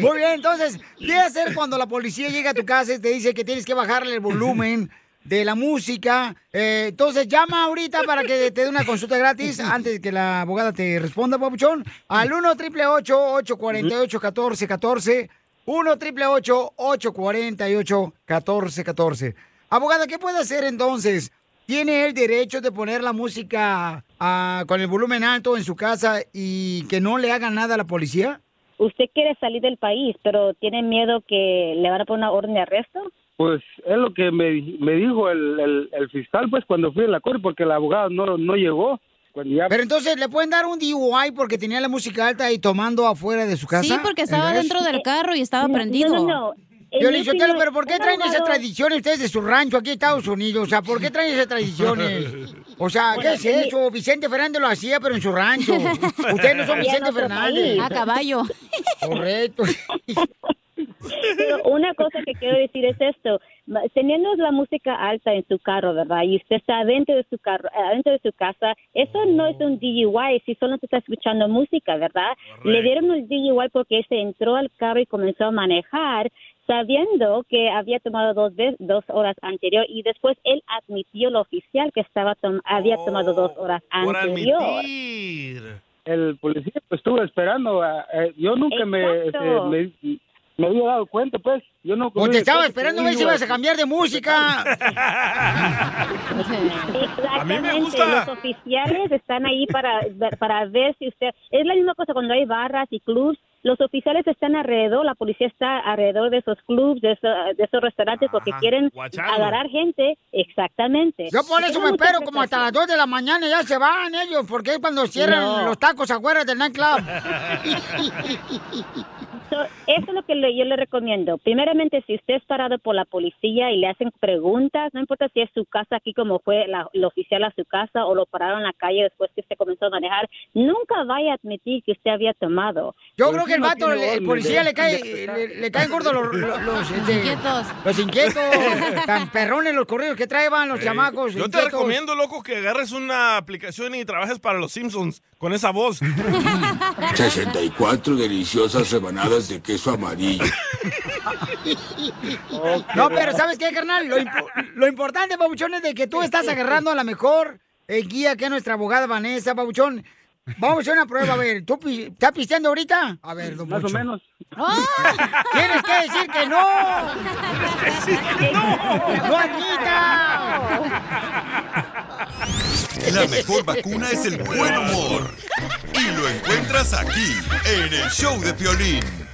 Muy bien, entonces, ¿qué hacer cuando la policía llega a tu casa y te dice que tienes que bajarle el volumen de la música? Eh, entonces, llama ahorita para que te dé una consulta gratis antes de que la abogada te responda, papuchón, al 1 888 848 1414 1 888 848 1414 Abogada, ¿qué puede hacer entonces? ¿Tiene el derecho de poner la música ah, con el volumen alto en su casa y que no le haga nada a la policía? Usted quiere salir del país, pero tiene miedo que le van a poner una orden de arresto. Pues es lo que me, me dijo el, el, el fiscal, pues cuando fui a la corte, porque el abogado no, no llegó. Cuando ya- Pero entonces, ¿le pueden dar un DUI porque tenía la música alta y tomando afuera de su casa? Sí, porque estaba ¿El dentro del carro y estaba No, prendido. no, no. Yo le digo, "Chotelo, pero ¿por qué traen esas tradiciones ustedes de su rancho aquí en Estados Unidos? O sea, ¿por qué traen esas tradiciones? O sea, ¿qué Bueno, es en mi- eso? Vicente Fernández lo hacía, pero en su rancho. Ustedes no son Y en Vicente otro Fernández. país. A caballo. Correcto. Pero una cosa que quiero decir es esto, ma- teniendo la música alta en su carro, ¿verdad? Y usted está adentro de su carro, eh, adentro de su casa, eso no es un DUI, si solo te está escuchando música, ¿verdad? Le dieron un DUI porque se entró al carro y comenzó a manejar sabiendo que había tomado dos ve- dos horas anterior y después él admitió el oficial que estaba tom- había tomado dos horas por anterior. El policía pues, estuvo esperando. a- a- yo nunca me, Exacto. este, me, me había dado cuenta, pues. Yo no O te estaba esperando a ver si ibas a cambiar de música. Exactamente. A mí me gusta. Los oficiales están ahí para, para ver si usted... Es la misma cosa cuando hay barras y clubs. Los oficiales están alrededor, la policía está alrededor de esos clubs, de, eso- de esos restaurantes, porque Ajá, quieren guachando. agarrar gente. Exactamente. Yo por eso Tengan me mucha espero como hasta precaución. las 2 de la mañana y ya se van ellos, porque es cuando cierran No. los tacos afuera del nightclub. So, eso es lo que le- yo le recomiendo. Primeramente, si usted es parado por la policía y le hacen preguntas, no importa si es su casa aquí como fue la, el oficial a su casa o lo pararon en la calle después que usted comenzó a manejar, nunca vaya a admitir que usted había tomado. Yo creo que el vato, le- el policía le cae, le, le caen gordos los, los, los, este, inquietos. Los inquietos, tan perrones los corridos que traen los chamacos. Yo te inquietos. recomiendo, loco, que agarres una aplicación y trabajes para los Simpsons con esa voz. 64 deliciosas rebanadas tortas de queso amarillo. No, pero ¿sabes qué, carnal? Lo, impo- lo importante, Pabuchón, es de que tú estás agarrando a la mejor eh, guía que es nuestra abogada Vanessa, Pabuchón. Vamos a hacer una prueba, a ver. ¿Tú pi- estás pisteando ahorita? A ver, don Más o Poncho. menos. ¡Ah! ¡Tienes que decir que no! ¡Tienes que decir que no! ¡No admitas! La mejor vacuna es el buen humor. Y lo encuentras aquí, en el show de Piolín.